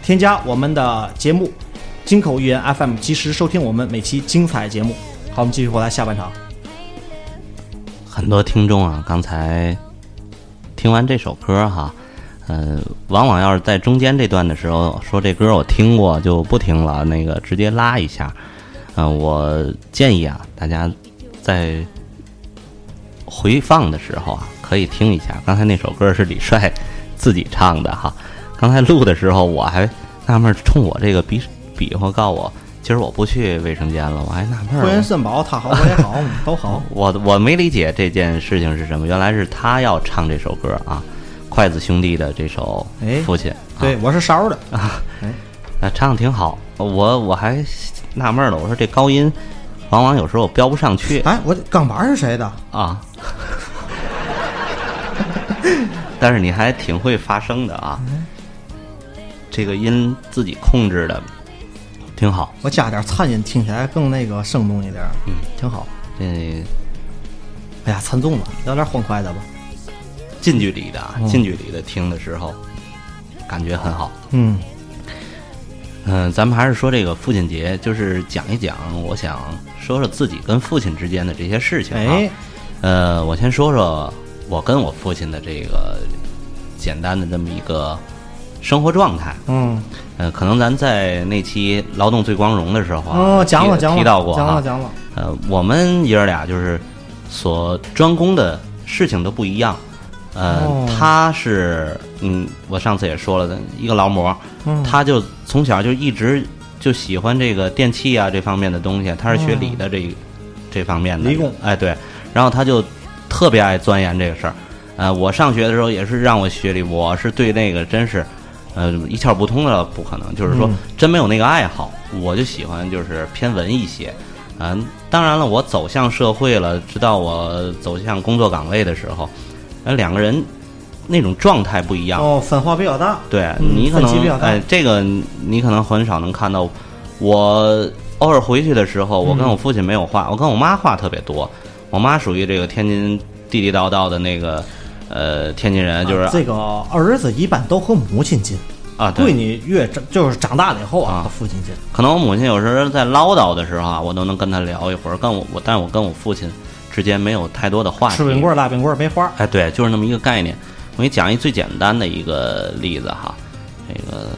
添加我们的节目“金口玉言 FM”，及时收听我们每期精彩节目。好，我们继续回来下半场。很多听众啊，刚才听完这首歌哈，呃，往往要是在中间这段的时候说这歌我听过就不听了，那个直接拉一下。嗯、我建议啊，大家在回放的时候啊，可以听一下。刚才那首歌是李帅自己唱的哈，刚才录的时候我还纳闷儿，冲我这个比比划告我，今儿我不去卫生间了，我还纳闷儿。会人肾宝，他好我也好，都好。我我没理解这件事情是什么，原来是他要唱这首歌啊，筷子兄弟的这首哎《父亲》 对啊，，我是勺的。那唱的挺好，我我还纳闷了，我说这高音往往有时候飙不上去哎，我钢板是谁的？啊，但是你还挺会发声的啊，嗯这个音自己控制的挺好，我加点颤音，听起来更那个生动一点。嗯，挺好。这哎呀，参众了，聊点欢快的吧。近距离的啊，近距离的听的时候感觉很好。嗯，嗯，咱们还是说这个父亲节，就是讲一讲，我想说说自己跟父亲之间的这些事情啊。哎，呃，我先说说我跟我父亲的这个简单的这么一个生活状态。嗯，呃，可能咱在那期劳动最光荣的时候啊，哦，讲了提讲了，提到过讲哈了。讲了。呃，我们爷儿俩就是所专攻的事情都不一样。呃，哦他是嗯，我上次也说了，一个劳模，嗯他就从小就一直就喜欢这个电器啊这方面的东西，他是学理的这、这方面的哦理工哎对，然后他就特别爱钻研这个事儿。呃，我上学的时候也是让我学理，我是对那个真是，呃，一窍不通的不可能，就是说嗯真没有那个爱好，我就喜欢就是偏文一些。嗯、当然了，我走向社会了，直到我走向工作岗位的时候，呃，两个人那种状态不一样，哦，分化比较大。对嗯你可分歧比较能大哎，这个你可能很少能看到。我偶尔回去的时嗯候，我跟我父亲没有话，我跟我妈话特别多。我妈属于这个天津地地道道的那个呃天津人，就是啊这个儿子一般都和母亲近，啊对对，你越长就是长大了以后啊，啊和父亲近。可能我母亲有时候在唠叨的时候啊，我都能跟她聊一会儿。跟我我，但我跟我父亲之间没有太多的话题。吃冰棍儿、拉冰棍儿没花儿。哎，对，就是那么一个概念。我给你讲一最简单的一个例子哈，这个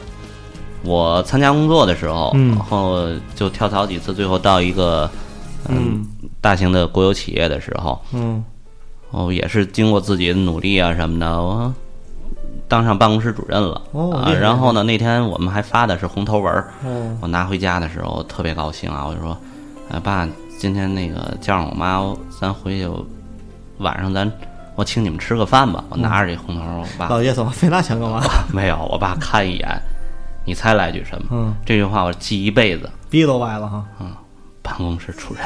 我参加工作的时候，嗯然后就跳槽几次，最后到一个嗯大型的国有企业的时候，嗯哦，也是经过自己的努力啊什么的，我当上办公室主任了。哦啊厉害然后呢，那天我们还发的是红头文儿。哦我拿回家的时候特别高兴啊，我就说，哎爸，今天那个叫上我妈，咱回去晚上咱我请你们吃个饭吧。我拿着这红头文，我爸嗯老爷子，我费那钱干嘛？ 没有，我爸看一眼，你猜来句什么？嗯这句话我记一辈子。 鼻子都歪了哈！办公室主任，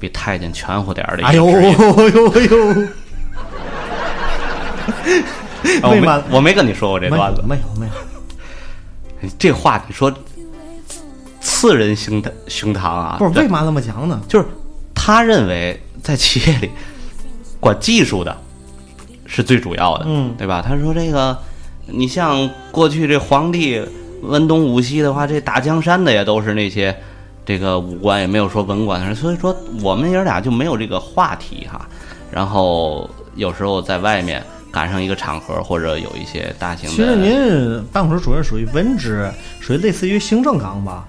比太监全乎点儿的。哎呦哎呦哎呦， 我为嘛哦没我没跟你说过 这没段有子。没有没有，这话你说刺人胸膛胸膛啊？不是对为嘛那么讲呢？就是他认为在企业里管技术的是最主要的，嗯对吧？他说这个，你像过去这皇帝文东武西的话，这打江山的也都是那些这个武官，也没有说文官的人，所以说我们爷俩就没有这个话题哈。然后有时候在外面赶上一个场合，或者有一些大型的，其实您办公室主任属于文职，属于类似于行政岗吧？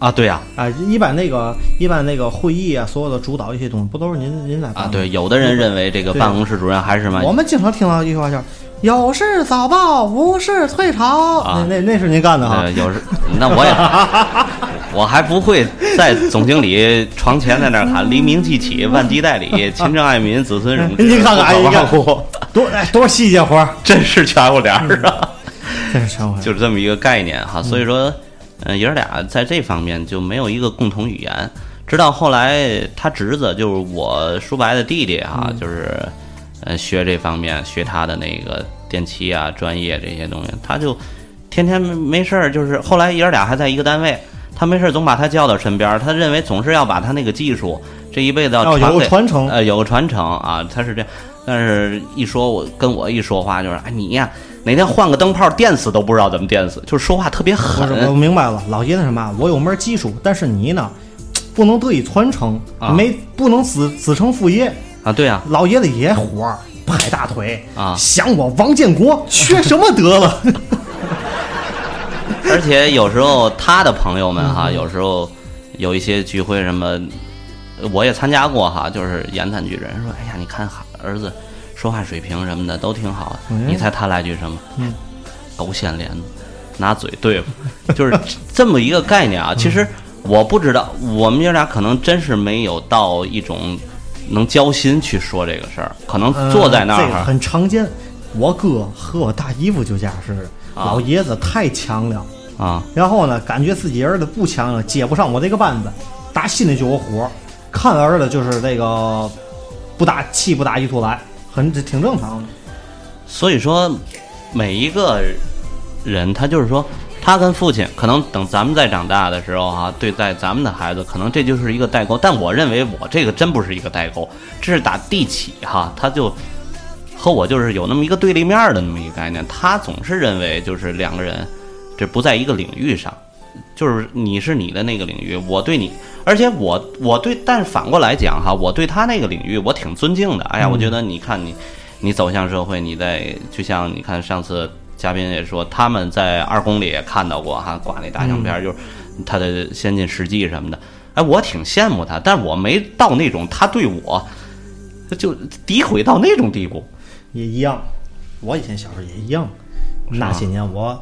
啊，对呀、啊，一般那个一般那个会议啊，所有的主导一些东西，不都是您您来啊，办吗？对，有的人认为这个对办公室主任还是蛮我们经常听到一句话叫“有事早报，无事退朝”，啊那那那是您干的哈呃，。有时那我也，我还不会在总经理床前在那儿喊“黎明即起，万机代理，勤政爱民，子 孙荣”。您看看，哎，不你可看忘乎，多哎多细节活儿，真是全乎脸儿啊，真是全乎。就是这么一个概念哈。所以说，嗯，爷儿俩在这方面就没有一个共同语言。直到后来，他侄子就是我叔伯的弟弟哈，嗯就是呃学这方面，学他的那个电器啊、专业这些东西，他就天天没事儿，就是后来爷儿俩还在一个单位，他没事儿总把他叫到身边儿，他认为总是要把他那个技术这一辈子要哦传有个给传承呃，有个传承啊，他是这样。但是，一说我跟我一说话就是，哎，你呀，哪天换个灯泡电死都不知道怎么电死，就是说话特别不狠是，我明白了，老爷那什么，啊我有门技术，但是你呢，不能得以传承，啊没不能子子承父业。啊！对啊，老爷子也活儿，拍大腿啊想我王建国缺什么得了？ 而且有时候他的朋友们嗯哈，有时候有一些聚会什么，我也参加过哈，就是言谈举人说，哎呀，你看儿子说话水平什么的都挺好，哎你猜他来句什么？嗯狗显脸，拿嘴对付，就是这么一个概念嗯啊。其实我不知道，我们爷俩可能真是没有到一种能交心去说这个事儿，可能坐在那呃这个儿很常见。我哥和我大姨夫就这样似的，啊老爷子太强了，啊然后呢，感觉自己儿子不强了，接不上我这个班子，打心里就有火，看儿子就是这个不打气不打一处来，很这挺正常的。所以说，每一个人他就是说，他跟父亲可能等咱们再长大的时候哈、对待咱们的孩子，可能这就是一个代沟。但我认为我这个真不是一个代沟，这是打地起哈、他就和我就是有那么一个对立面的那么一个概念。他总是认为就是两个人这不在一个领域上。就是你是你的那个领域，我对你，而且我我对，但是反过来讲哈，我对他那个领域我挺尊敬的。哎呀，我觉得你看你，你走向社会，你在就像你看上次嘉宾也说，他们在二公里也看到过哈，挂那大相片，就是他的先进事迹什么的。哎，我挺羡慕他，但我没到那种他对我就诋毁到那种地步。也一样。我以前小时候也一样，那些年我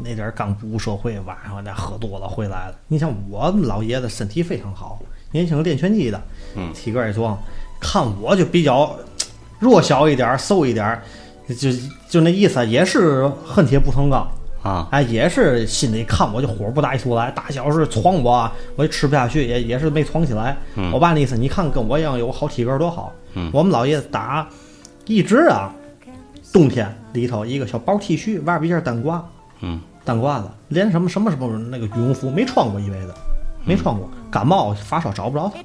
那点儿刚步入社会，晚上那喝多了回来了。你像我老爷子身体非常好，年轻人练拳击的，嗯体格也壮。看我就比较弱小一点儿，瘦一点儿，就就那意思啊，也是恨铁不成钢。啊，哎，也是心里看我就火不打一处来，打小是闯我啊，我也吃不下去，也也是没闯起来。我爸那意思，你看跟我一样有好体格多好。嗯我们老爷子打一直啊，冬天里头一个小薄 T 恤，外边一件单褂，嗯，单褂子，连什么什么什么那个羽绒服没穿过一辈子，嗯没穿过，感冒发烧找不着他，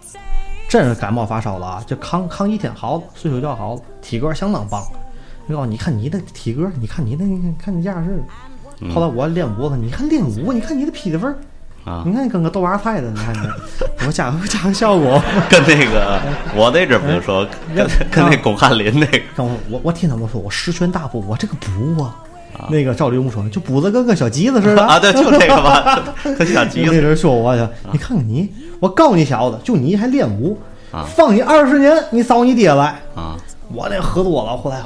真是感冒发烧了啊，就扛扛一天好了，睡睡觉好了，体格相当棒。我告诉你，你看你的体格，你看你的，你看你这样似的。嗯后来我练武，我说你看练武，你看你的痞子味儿，啊你看你跟个豆芽菜似的，你看你，我加我加个效果。跟那个我那阵儿不就说跟跟那巩汉林那个让我我我天天我说我十全大补，我这个补啊，那个赵丽蓉说就补的跟个小鸡子似的 啊，对，就这个吧， 特小急那了。人说我去，你看看你，我告你小子，就你还练武，啊放你二十年，你扫你爹来。啊，我那喝多了，后来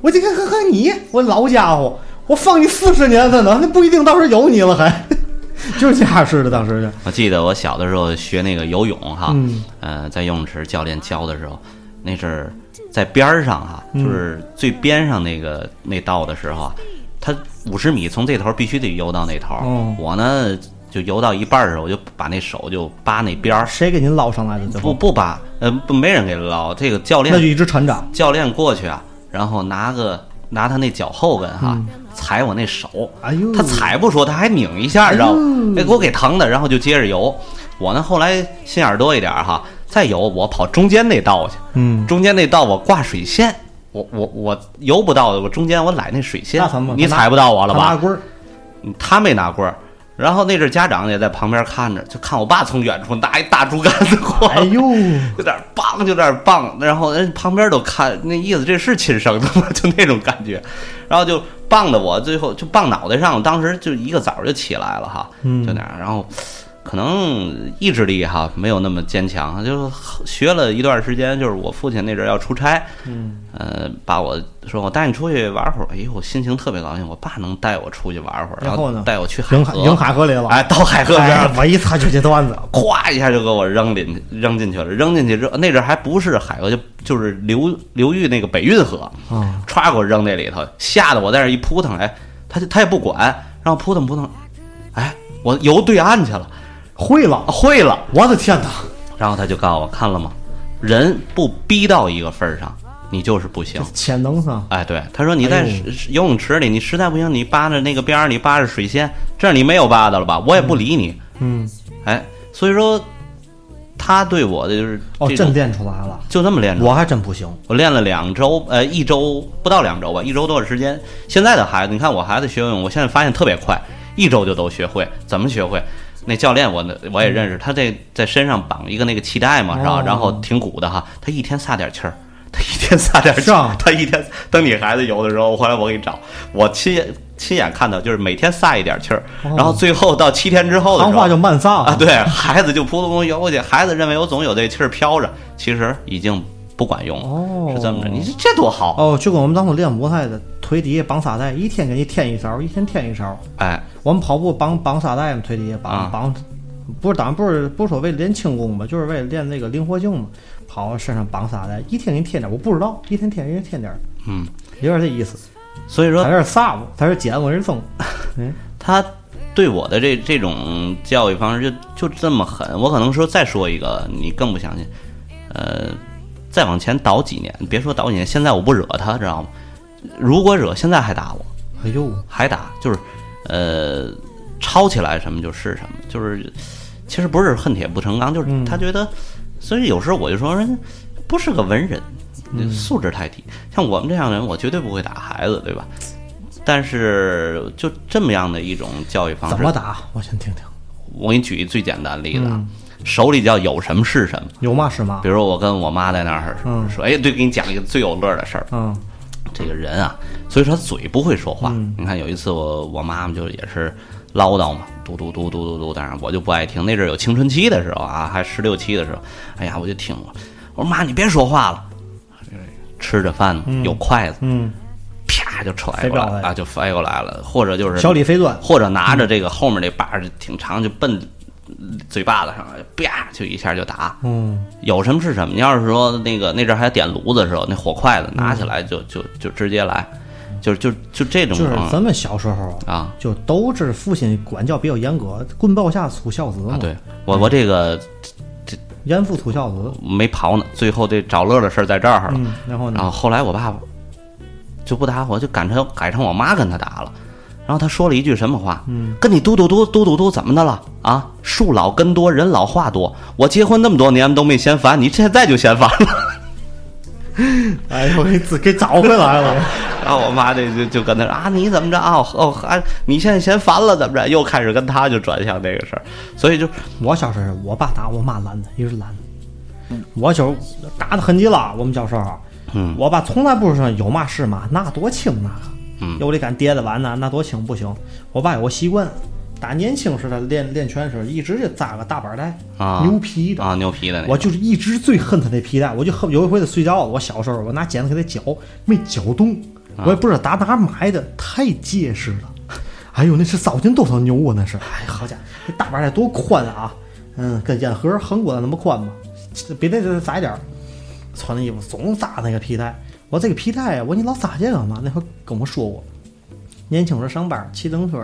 我这看看看你，我老家伙，我放你四十年才能，那不一定到时候有你了还， 就是这样似的，当时就。我记得我小的时候学那个游泳哈，嗯呃，在游泳池教练教的时候，那阵儿在边儿上哈，嗯就是最边上那个那道的时候啊，他五十米从这头必须得游到那头，哦我呢就游到一半儿的时候，我就把那手就扒那边儿，谁给您捞上来的？最不后，不扒，呃，不没人给捞，这个教练那就一直缠着。嗯教练过去啊，然后拿个拿他那脚后跟哈、踩我那手，哎呦他踩不说，他还拧一下，知道哎吗？哎那给我给疼的，然后就接着游。我呢，后来心眼儿多一点儿哈，再游我跑中间那道去，嗯中间那道我挂水线，我我我游不到，我中间我揽那水线那怎么办，你他拿踩不到我好了吧？拿棍儿，嗯他没拿棍儿。然后那阵儿家长也在旁边看着，就看我爸从远处拿一大竹竿子过来，哎呦，有点棒，就有点棒。然后人旁边都看，那意思这是亲生的吗？ 就那种感觉。然后就棒的我，最后就棒脑袋上，我当时就一个早就起来了哈，嗯就那样。然后可能意志力哈没有那么坚强，就学了一段时间。就是我父亲那阵儿要出差，嗯，呃，把我说我带你出去玩会儿，哎呦，我心情特别高兴。我爸能带我出去玩会儿，然后呢带我去海迎海河，迎海河里了。哎，到海河边儿哎我一擦就这段子，咵一下就给我扔进去，扔进去了。扔进去之后，那阵儿还不是海河，就就是流流域那个北运河，啊歘给我扔那里头，吓得我在那儿一扑腾，哎，他就他也不管，然后扑腾扑腾，哎，我游对岸去了，会了，会了。我的天哪！然后他就告诉我，看了吗？人不逼到一个份儿上，你就是不行。潜能啊，哎，对，他说你在哎呦水游泳池里，你实在不行，你扒着那个边儿，你扒着水仙，这儿你没有扒的了吧？我也不理你。嗯，哎，所以说他对我的就是哦，这种嗯真练出来了，就那么练出来。我还真不行。我练了两周，呃，一周不到两周吧，一周多的时间。现在的孩子，你看我孩子学游泳，我现在发现特别快，一周就都学会。怎么学会？那教练我呢我也认嗯识，他在在身上绑一个那个气带嘛，然哦后然后挺鼓的哈，他一天撒点气儿。他一天撒点气是儿啊，他一天等你孩子游的时候，后来我给你找，我亲眼亲眼看到，就是每天撒一点气儿，然后最后到七天之后的时行候，哦话就慢撒啊，，对，孩子就扑通扑通游过去，孩子认为我总有这气儿飘着，其实已经不管用了，哦是这么着。你这这多好，哦，就跟我们当初练模态的，腿底下绑沙袋，一天给你添一勺，一天添一勺。哎，我们跑步绑绑沙袋嘛，腿底下啊绑绑，不是当然不是不是说为了练轻功吧，就是为了练那个灵活性嘛。跑身上绑沙袋，一天给你添点儿，我不知道，一天添一天添点儿，嗯，有点这意思。所以他说这是撒我，他是捡我是扔，嗯，他对我的这这种教育方式就就这么狠。我可能说再说一个，你更不相信。呃，再往前倒几年，别说倒几年，现在我不惹他，知道吗？如果惹，现在还打我，哎呦，还打，就是呃，抄起来什么就是什么，就是其实不是恨铁不成钢，就是嗯他觉得，所以有时候我就说人家不是个文人，嗯素质太低。像我们这样的人，我绝对不会打孩子，对吧？但是就这么样的一种教育方式，怎么？嗯打？我先听听，我给你举一最简单的例子啊，手里叫有什么是什么。有嘛是嘛比，如我跟我妈在那儿嗯说，哎，对，给你讲一个最有乐儿的事儿。嗯，这个人啊，所以说他嘴不会说话。你看有一次我我妈妈就也是唠叨嘛，嘟嘟嘟嘟嘟嘟，当然我就不爱听。那阵儿有青春期的时候啊，还十六七的时候，哎呀，我就听了，我说妈，你别说话了。吃着饭呢，有筷子，嗯，啪就揣飞过来镖来了了啊，就飞过来了，或者就是小李飞钻嗯或者拿着这个后面那把儿挺长，就奔嘴巴子上，啪就一下就打。嗯，有什么是什么。你要是说那个那阵儿还点炉子的时候，那火筷子拿起来就就就直接来，就就就这嗯种就是嗯咱们小时候啊就都是父亲管教比较严格，棍棒下出孝子嘛，啊！对我我这个严父出孝子，没刨呢，最后这找乐的事儿在这儿了。嗯，然后然呢后，后来我爸就不打我，就改成改成我妈跟他打了。然后他说了一句什么话？嗯，跟你嘟嘟嘟嘟嘟嘟怎么的了啊？树老根多，人老话多。我结婚那么多年都没嫌烦，你现在就嫌烦了。 哎呦，给自给找回来了，然后我妈这就就跟他说啊，你怎么着啊？哦啊，你现在嫌烦了怎么着？又开始跟他就转向这个事儿，所以就我小时候我爸打我妈懒的，一直懒的，我小时候打的很极了，我们小时候，嗯我爸从来不说有嘛是嘛，那多轻那个，嗯有的敢叠的碗呐，那多轻不行，我爸有个习惯。打年轻时的练练拳时候，一直就扎个大板带，啊牛皮的啊牛皮的那个我就是一直最恨他那皮带，我就恨有一回他睡觉了，我小时候我拿剪子给他绞，没绞动，我也不知道打哪买的，太结实了。哎呦，那是糟践多少牛啊！那是，哎，好家伙，那大板儿得多宽啊！嗯，跟烟盒横过来那么宽吗？比那个窄点儿。穿的衣服总扎那个皮带，我这个皮带啊，我说你老扎这干嘛？那会儿跟我说过，年轻时候上班骑自行车，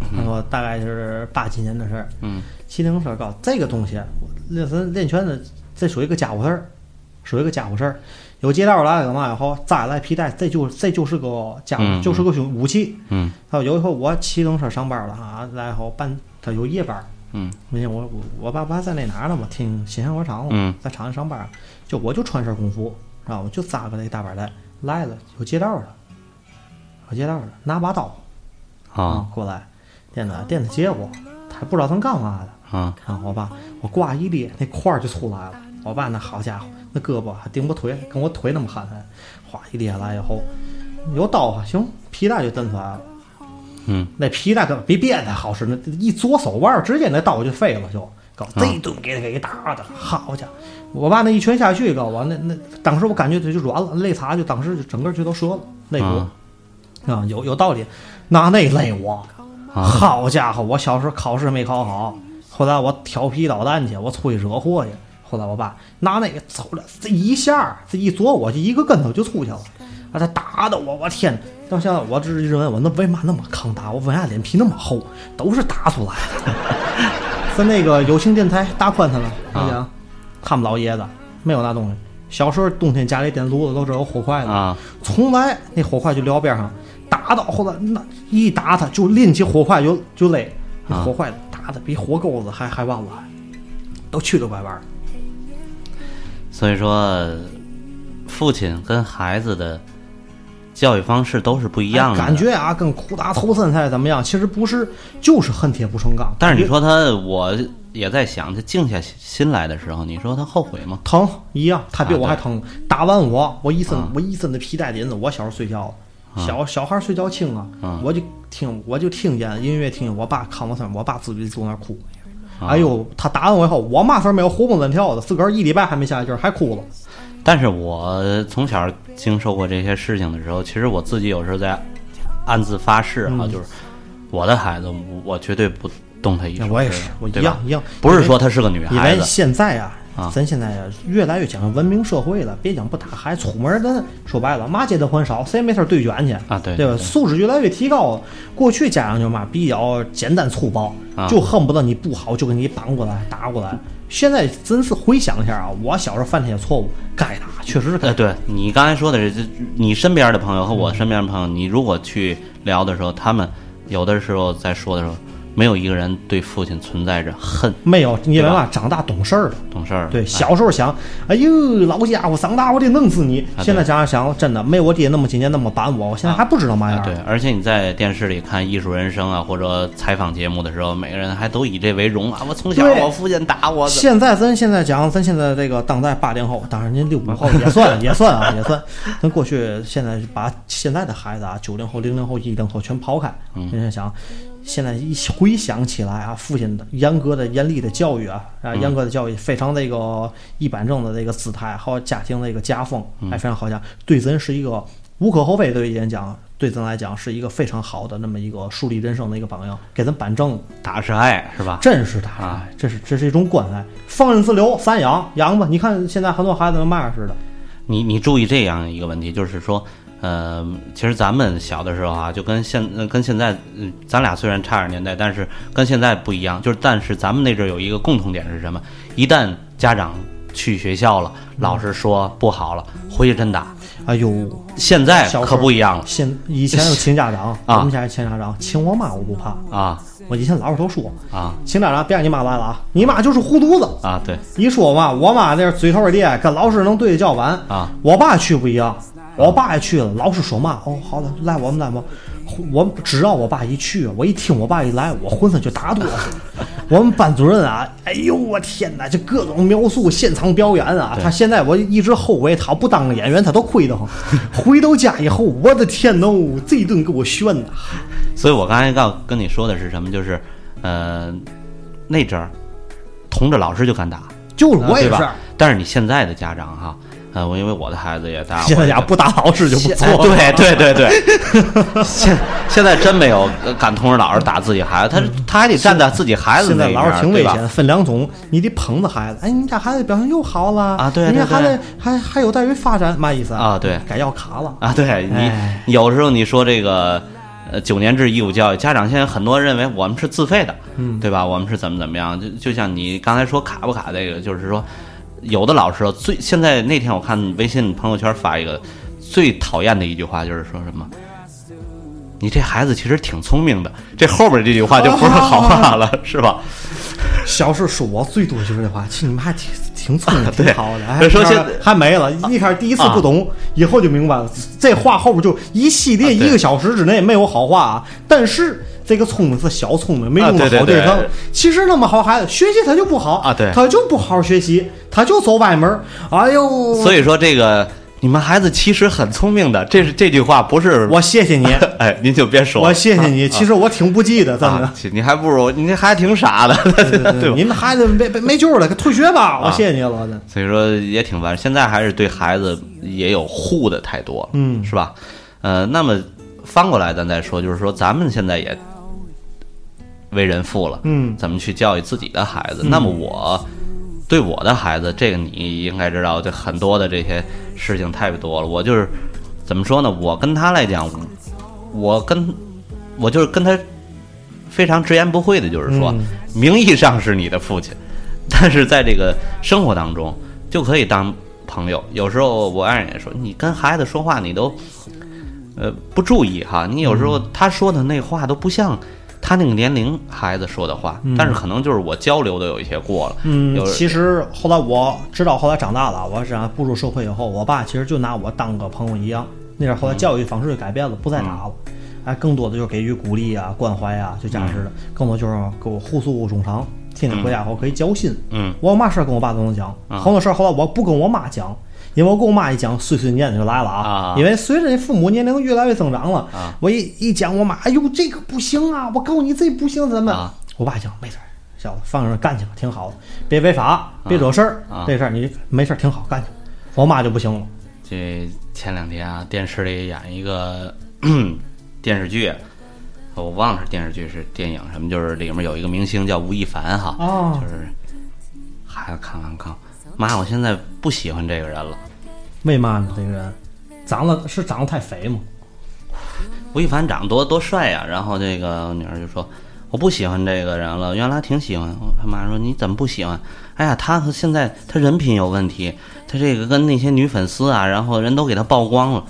嗯他说大概就是八几年的事儿。嗯，骑自行车告诉我这个东西，我练咱练拳的，这属于一个家伙事儿。属于个家伙事儿。有街道来干嘛以后扎来皮带，这就这就是个家伙，嗯嗯就是个凶武器。嗯，还有有一回我骑自行车上班了哈，来以后办他有夜班儿，嗯那天我我我爸爸在那哪儿呢嘛，听新鲜火厂嘛，嗯在厂里上班儿，就我就穿身工服，知道吗？就扎个那大板带，来了有街道的，有街道的拿把刀啊过来，电子电子接我，他还不知道他干嘛的。啊然后我爸我挂一裂，那块儿就出来了。我爸那好家伙，那胳膊还顶我腿，跟我腿那么憨憨，哗一裂下来以后，有刀啊，行，皮带就蹬出来了。嗯，那皮带可比鞭子好使，那一左手腕儿直接那刀就废了，就搞这一顿给他给打的，好家伙！我爸那一拳下去，搞我那那当时我感觉他就软了，肋叉就当时就整个就都折了，肋骨啊啊，有有道理，拿那累我，啊！好家伙，我小时候考试没考好，后来我调皮捣蛋去，我出去惹祸去。后来我爸拿那个走了，这一下这一左我就一个跟头就出去了，啊，他打的我，我天！到现在我只是认为我那为嘛那么抗打，我为啥脸皮那么厚，都是打出来的。 在那个友情电台大宽他们，我啊讲，他们老爷子没有那东西。小时候冬天家里点炉子都是有火筷子啊，从来那火筷就撂边上，打到后来那一打他就拎起火筷就就勒，那啊火筷打的比火钩子还还旺了，都去了拐弯儿。所以说，父亲跟孩子的教育方式都是不一样的。感，觉啊，跟苦打头三菜怎么样？其实不是，就是恨铁不成钢。但是你说他，我也在想，他静下心来的时候，你说他后悔吗？疼一样，他比啊我还对疼。打完我，我一身、啊我一身的皮带点子。我小时候睡觉，小小孩睡觉轻啊，啊我就听我就听见音乐，听见我爸看我上，我爸自己坐那儿哭。啊哎呦，他打完我以后，我嘛事儿没有，活蹦乱跳的，自个儿一礼拜还没下劲儿，还哭了。但是我从小经受过这些事情的时候，其实我自己有时候在暗自发誓嗯哈、就是我的孩子，我我绝对不动他一手。我也是，我一样一样。不是说她是个女因孩为子，现在啊啊，咱现在啊越来越讲究文明社会了，别讲不打孩子，出门咱说白了，嘛街都很少，谁没事儿对卷去啊对对吧？对素质越来越提高了。过去家长就嘛比较简单粗暴，啊就恨不得你不好就给你绑过来打过来。现在真是回想一下啊，我小时候犯这些错误，该打确实是该呃，打。对你刚才说的是，就你身边的朋友和我身边的朋友，你如果去聊的时候，他们有的时候在说的时候，没有一个人对父亲存在着恨，没有，因为对嘛吧长大懂事儿了。懂事儿了。对，哎小时候想，哎呦，老家伙，长大我得弄死你。啊现在对想想，真的没我爹那么几年那么板我，我现在还不知道嘛样啊儿。对，而且你在电视里看《艺术人生》啊，或者采访节目的时候，每个人还都以这为荣啊。我从小对我父亲打我，现在咱现在讲，咱现在这个当代八零后，当然您六五后也算也算啊也算。咱过去现在把现在的孩子啊，九零后、零零后、一零后全抛开，您想想，现在一回想起来啊，父亲的严格的、严厉的教育啊，啊，严格的教育，非常这个一板正的这个姿态，还有家庭的一个家风，还非常好讲，对咱是一个无可厚非，对于人讲。对咱来讲是一个非常好的那么一个树立人生的一个榜样，给咱板正了打是爱是吧？真是大爱，啊这是这是一种关爱，放任自流，散养养吧。你看现在很多孩子跟嘛样似的，你你注意这样一个问题，就是说，呃，其实咱们小的时候啊，就跟现呃跟现在，嗯咱俩虽然差点年代，但是跟现在不一样，就是但是咱们那阵儿有一个共同点是什么？一旦家长去学校了，老师说不好了，回去真打。哎呦，现在小时可候不一样了现 以前有请家长，啊我们家请家长，请我妈我不怕，啊我以前老师都说，啊请家长别让你妈来了啊，你妈就是糊涂子。啊！对，一说嘛，我妈那嘴头儿厉害，跟老师能对得较完啊。我爸去不一样，我爸也去了，老师说嘛，哦，好了，来我们来嘛。我只要我爸一去，我一听我爸一来，我浑身就打哆嗦。 我们班主任啊，哎呦我天哪，就各种描述现场表演啊。对他现在我一直后悔，他不当个演员，他都亏得慌。 回到家以后，我的天哦，这一顿给我炫的。所以我刚才告跟你说的是什么？就是，呃，那阵儿，同着老师就敢打，就是我也对是吧，？但是你现在的家长哈，呃，我因为我的孩子也打，现在我也家不打老师就不错哎了。对对对对， 现现在真没有呃敢同着老师打自己孩子，他他还得站在自己孩子现那在一边老儿，师挺危对吧险，的，分两种，你得捧着孩子。哎，你家孩子表现又好了啊对人家对对孩子还还有待于发展，嘛意思啊对改要卡了。啊！对哎你有时候你说这个。呃，九年制义务教育，家长现在很多认为我们是自费的，嗯，对吧？我们是怎么怎么样？就就像你刚才说卡不卡这个，就是说，有的老师最现在那天我看微信朋友圈发一个最讨厌的一句话就是说什么，你这孩子其实挺聪明的，这后面这句话就不是好话了， 是吧？小时候数毛最多就是这话，其实你们还挺挺 聪明，挺啊对啊好的。所以说还现在还没了，一开始第一次不懂，以后就明白了。这话后边就一系列啊对一个小时之内没有好话啊。但是这个聪明是小聪明，没用啊到对好对方对。其实那么好孩子，学习他就不好啊对他就不好好学习，他就走歪门儿。哎呦，所以说这个你们孩子其实很聪明的，这是这句话不是我谢谢你， 哎，您就别说了，我谢谢你。其实我挺不济的，真的 啊。，其你还不如你这还挺傻的， 对啊吧？您的孩子没没没救了，给退学吧！我谢谢你了，真的所以说也挺烦。现在还是对孩子也有护的太多了，嗯是吧？呃，那么翻过来咱再说，就是说咱们现在也为人父了，嗯咱们去教育自己的孩子。那么我对我的孩子，这个你应该知道，这很多的这些事情太多了。我就是怎么说呢？我跟他来讲，我跟我就是跟他非常直言不讳的，就是说，嗯名义上是你的父亲， 但是在这个生活当中就可以当朋友。有时候我爱人也说，你跟孩子说话你都呃不注意哈，你有时候他说的那话都不像。他那个年龄孩子说的话，但是可能就是我交流的有一些过了，有嗯，其实后来我知道，后来长大了，我是啊步入社会以后，我爸其实就拿我当个朋友一样。那点后嗯来教育方式就改变了，不再打了，哎，更多的就是给予鼓励啊、关怀啊，就这样式的。嗯更多就是给我互诉衷肠，天天回家后可以交心。嗯，我有嘛事儿跟我爸都能讲，好多事儿后来我不跟我妈讲。因为我跟我妈一讲，碎碎念就来了啊因为随着父母年龄越来越增长了，我一一讲我妈，哎呦这个不行啊，我告诉你这不行，咱们啊我爸讲没事儿，小子放着干去吧，挺好的，别违法，别惹事儿，啊这事儿你没事儿挺好干去吧。我妈就不行了，这前两天啊，电视里演一个 电视剧，我忘了是电视剧是电影什么，就是里面有一个明星叫吴亦凡哈，哦就是孩子看完看，妈，我现在不喜欢这个人了。为嘛呢？这个人长得是长得太肥嘛，吴亦凡长得多多帅呀、然后这个我女儿就说：“我不喜欢这个人了，原来挺喜欢。”我他妈说：“你怎么不喜欢？”哎呀，他和现在他人品有问题，他这个跟那些女粉丝啊，然后人都给他曝光了。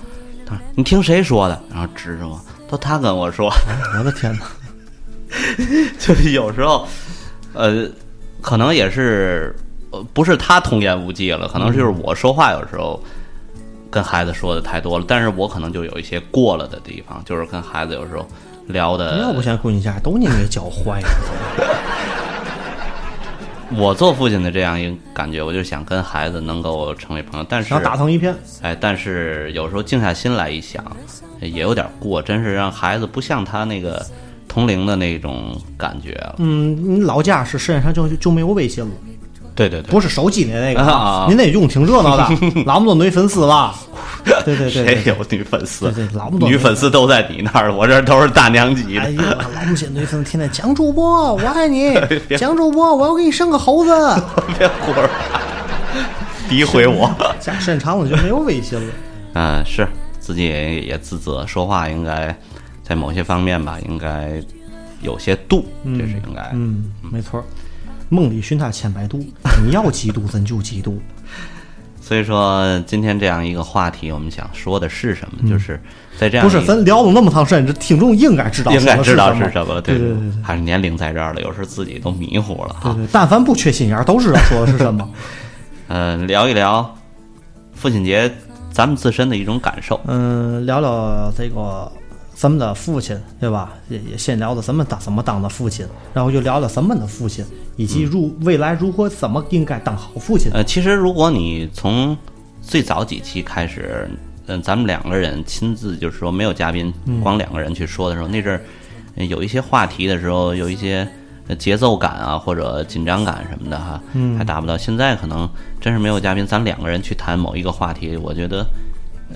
他说：“你听谁说的？”然后指着我，都他跟我说。哎我的天哪！ 就是有时候，呃，可能也是，呃，不是他童言无忌了，可能就是嗯我说话有时候跟孩子说的太多了，但是我可能就有一些过了的地方，就是跟孩子有时候聊要的不，先闺女家都你给教 坏了，我做父亲的这样一个感觉，我就想跟孩子能够成为朋友，但是然后打成一片。哎，但是有时候静下心来一想，哎也有点过，真是让孩子不像他那个同龄的那种感觉了。嗯，你老家是世界上就就没有微信了，对对对，不是手机的那个，啊您那用挺 热闹的，那么多女粉丝吧？对对对对啊谁有女粉丝？对对老不懂女粉丝都在你那儿，我这儿都是大娘级哎的。呦，老母亲对粉天天蒋主播，我 爱你别，蒋主播，我要给你生个 猴子。别胡说，啊诋毁我。家时间长了就没有微信了。 嗯、是自己也也自责，说话应该在某些方面吧，应该有些度，这是应该。嗯，没错儿。梦里寻他千百度，你要几度咱就几 度。所以说，今天这样一个话题，我们想说的是什么？就是在这样嗯不一是，咱聊了那么长时间，这听众应该知道，哎应该知道是什么了，对对对对还是年龄在这儿了，有时候自己都迷糊了哈对。对，但凡不缺心眼儿，都知道说的是什么。嗯、聊一聊父亲节咱们自身的一种感受。嗯，聊聊这个咱们的父亲，对吧？也也先聊聊咱们当怎么当的父亲，然后又聊聊咱们的父亲，以及如未来如何怎么应该当好父亲。呃，其实如果你从最早几期开始，嗯、咱们两个人亲自就是说没有嘉宾，光两个人去说的时候，那阵儿呃有一些话题的时候，有一些呃节奏感啊或者紧张感什么的哈，嗯、还达不到。现在可能真是没有嘉宾，咱两个人去谈某一个话题，我觉得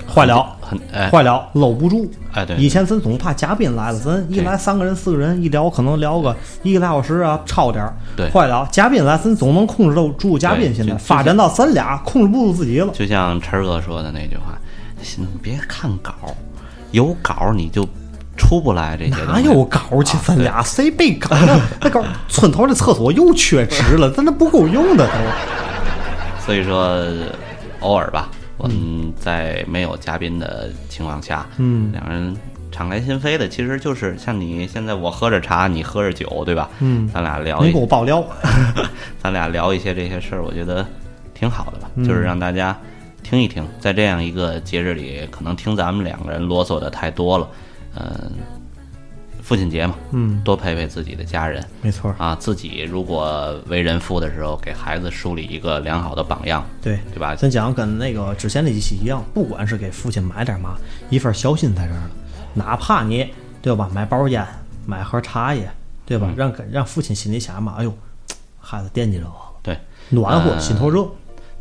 话聊很哎话聊搂不住。哎对以前咱总怕嘉宾来了，咱一来三个人、四个人一聊，可能聊个一个来小时啊，超点儿。对话聊嘉宾来，咱总能控制得住嘉宾。对现在就发展到咱俩控制不住自己了。就像晨儿哥说的那句话，你别看稿，有稿你就出不来这些东哪西。有稿儿去？咱俩谁背稿 儿啊？那稿儿村头的厕所又缺纸了，咱那不够用的都。所以说呃偶尔吧，我们在没有嘉宾的情况下，嗯两人敞开心扉的，其实就是像你现在我喝着茶，你喝着酒，对吧？嗯咱俩聊没一给我爆料，咱俩聊一些这些事儿，我觉得挺好的吧，嗯就是让大家听一听，在这样一个节日里，可能听咱们两个人啰嗦的太多了，嗯、父亲节嘛，嗯，多陪陪自己的家人没错，啊，自己如果为人父的时候，给孩子树立一个良好的榜样，对对吧？咱讲跟那个之前那一期一样，不管是给父亲买点嘛，一份孝心在这儿呢。哪怕你对吧，买包烟，买盒茶叶，对吧？让给让父亲心里想嘛，哎呦，孩子惦记着我了，对，暖和，呃心头热。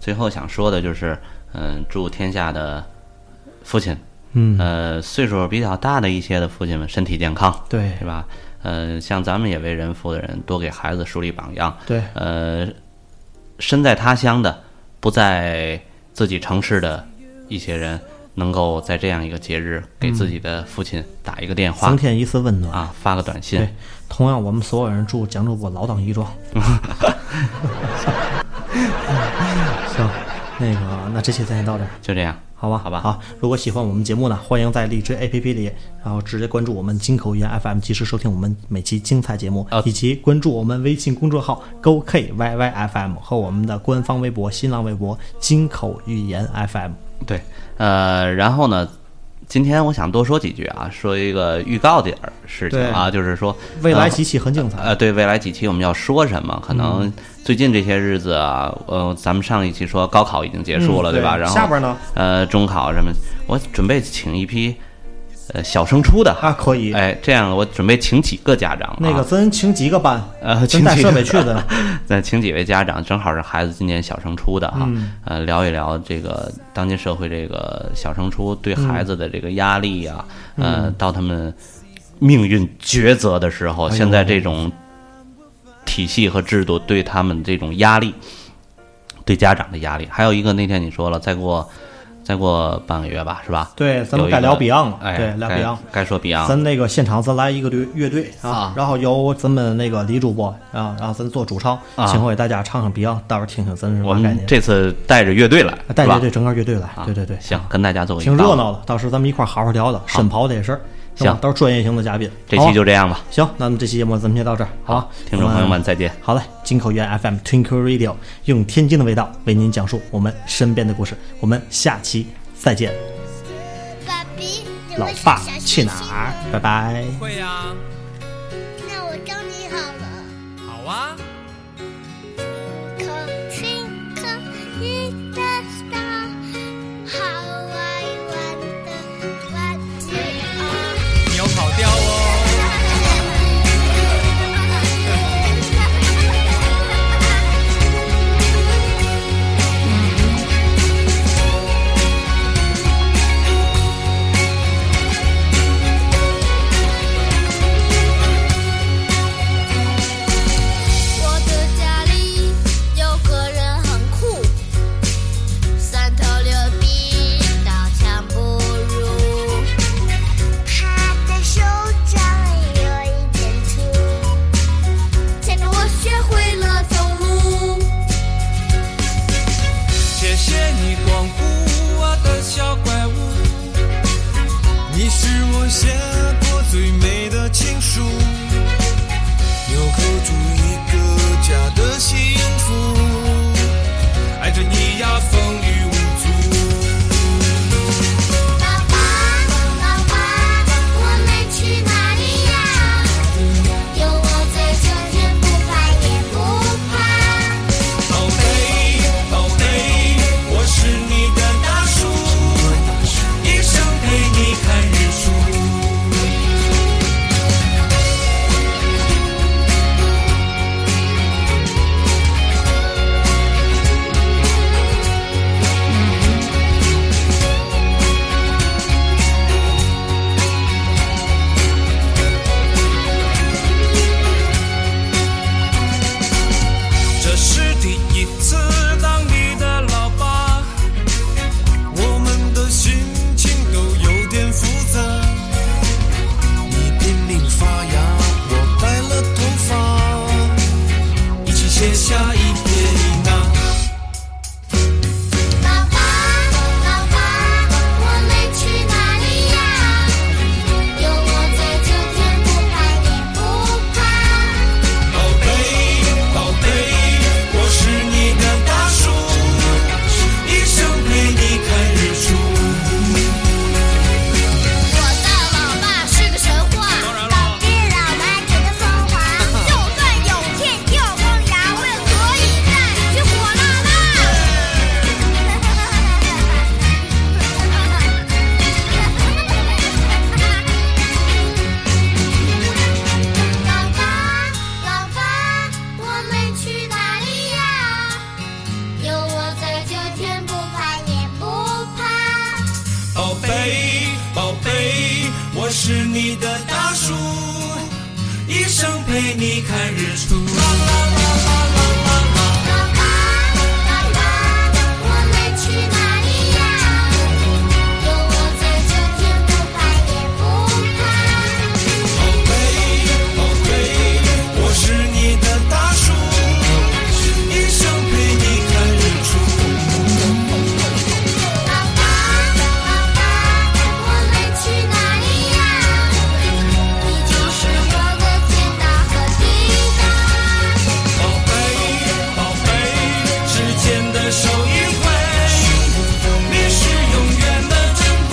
最后想说的就是，嗯、祝天下的父亲，嗯呃，岁数比较大的一些的父亲们身体健康，对对吧？呃，像咱们也为人父的人，多给孩子树立榜样。对呃，身在他乡的，不在自己城市的一些人，能够在这样一个节日给自己的父亲打一个电话增添一丝温暖。啊，发个短信嗯对，，同样我们所有人祝蒋主播老当益 壮。行，那个，那这期咱先到这儿。就这样。好吧，好吧好，如果喜欢我们节目呢，欢迎在荔枝 APP 里，然后直接关注我们金口言 FM，及时收听我们每期精彩节目，呃以及关注我们微信公众号 GoKYYFM 和我们的官方微博、新浪微博金口语言 FM。对，呃，然后呢，今天我想多说几句啊，说一个预告点儿事情啊，就是说未来呃几嗯期很精彩，呃，对未来几期我们要说什么？可能最近这些日子啊，呃，咱们上一期呃说高考已经结束了，嗯对吧？对然后下边呢？呃，中考什么？我准备请一批呃小升初的啊可以哎，这样我准备请几个家长、啊，那个咱请几个班，呃，咱请带几设个备去的，咱请几位家长，正好是孩子今年小升初的哈、嗯呃，聊一聊这个当今社会这个小升初对孩子的这个压力呀、嗯呃，到他们命运抉择的时候，哎呦现在这种体系和制度对他们这种压力，对家长的压力，还有一个那天你说了，再过再过半个月吧，是吧？对咱们有一该个聊 Beyond 了哎，对聊该 Beyond 该说 Beyond，了咱那个现场咱来一个乐乐队啊啊，然后由咱们那个李主播啊，然后咱做主唱，啊请给大家唱唱 Beyond，到时候听听咱是什我么概们念。啊这次带着乐队来，带是吧乐队整个乐队来，啊对对对，行，跟大家做个挺预告热。闹的。到时候咱们一块儿好好聊聊沈刨这些事儿，是吧行都是专业型的嘉宾。这好期吧就这样吧。行，那么这期节目咱们先到这儿，好吧，听众朋友们再见。好嘞，金口源 FM Twinkle Radio 用天津的味道为您讲述我们身边的故事，我们下期再见。爸比，你老为啥爸小去星哪星儿呢？拜拜。会呀、那我教你好了。好啊。 Twinkle, twinkle, little star, how I wonder what you are. 你有跑调哦。我的家里有个人很酷，三头六臂，刀枪不入。他的手掌有一点粗，牵着我学会了走路。谢谢你光顾我的小怪物，你是我写过最美的情书，纽扣住一个家的幸福，爱着你呀风雨无阻。爸爸，爸爸，我们去哪里呀？有我在，这天不怕也不怕。宝贝，宝贝，我是你的大树，一生陪你看日出。我是你的大树，一生陪你看日出。爸爸，爸爸，我们去哪里呀？有我在这，天不怕也不怕。我是你的大树，一生陪你看日出。爸爸，爸爸，我们去哪里呀？你就是我的天堂和地狱。宝贝，宝贝，时间的手一挥，你是永远的珍贵。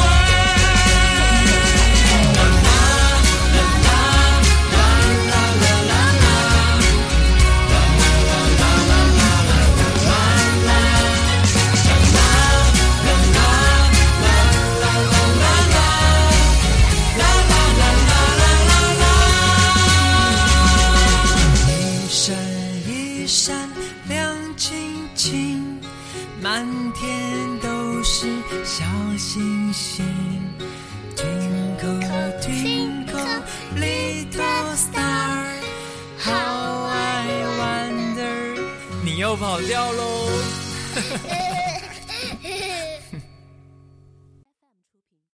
啦啦啦啦啦啦啦啦啦，啦啦啦啦啦啦啦啦，啦啦啦啦啦啦啦啦，啦啦啦啦啦啦啦。一闪一闪亮晶晶，满天都是小星星。Twinkle twinkle little star, how I wonder。你又跑调喽。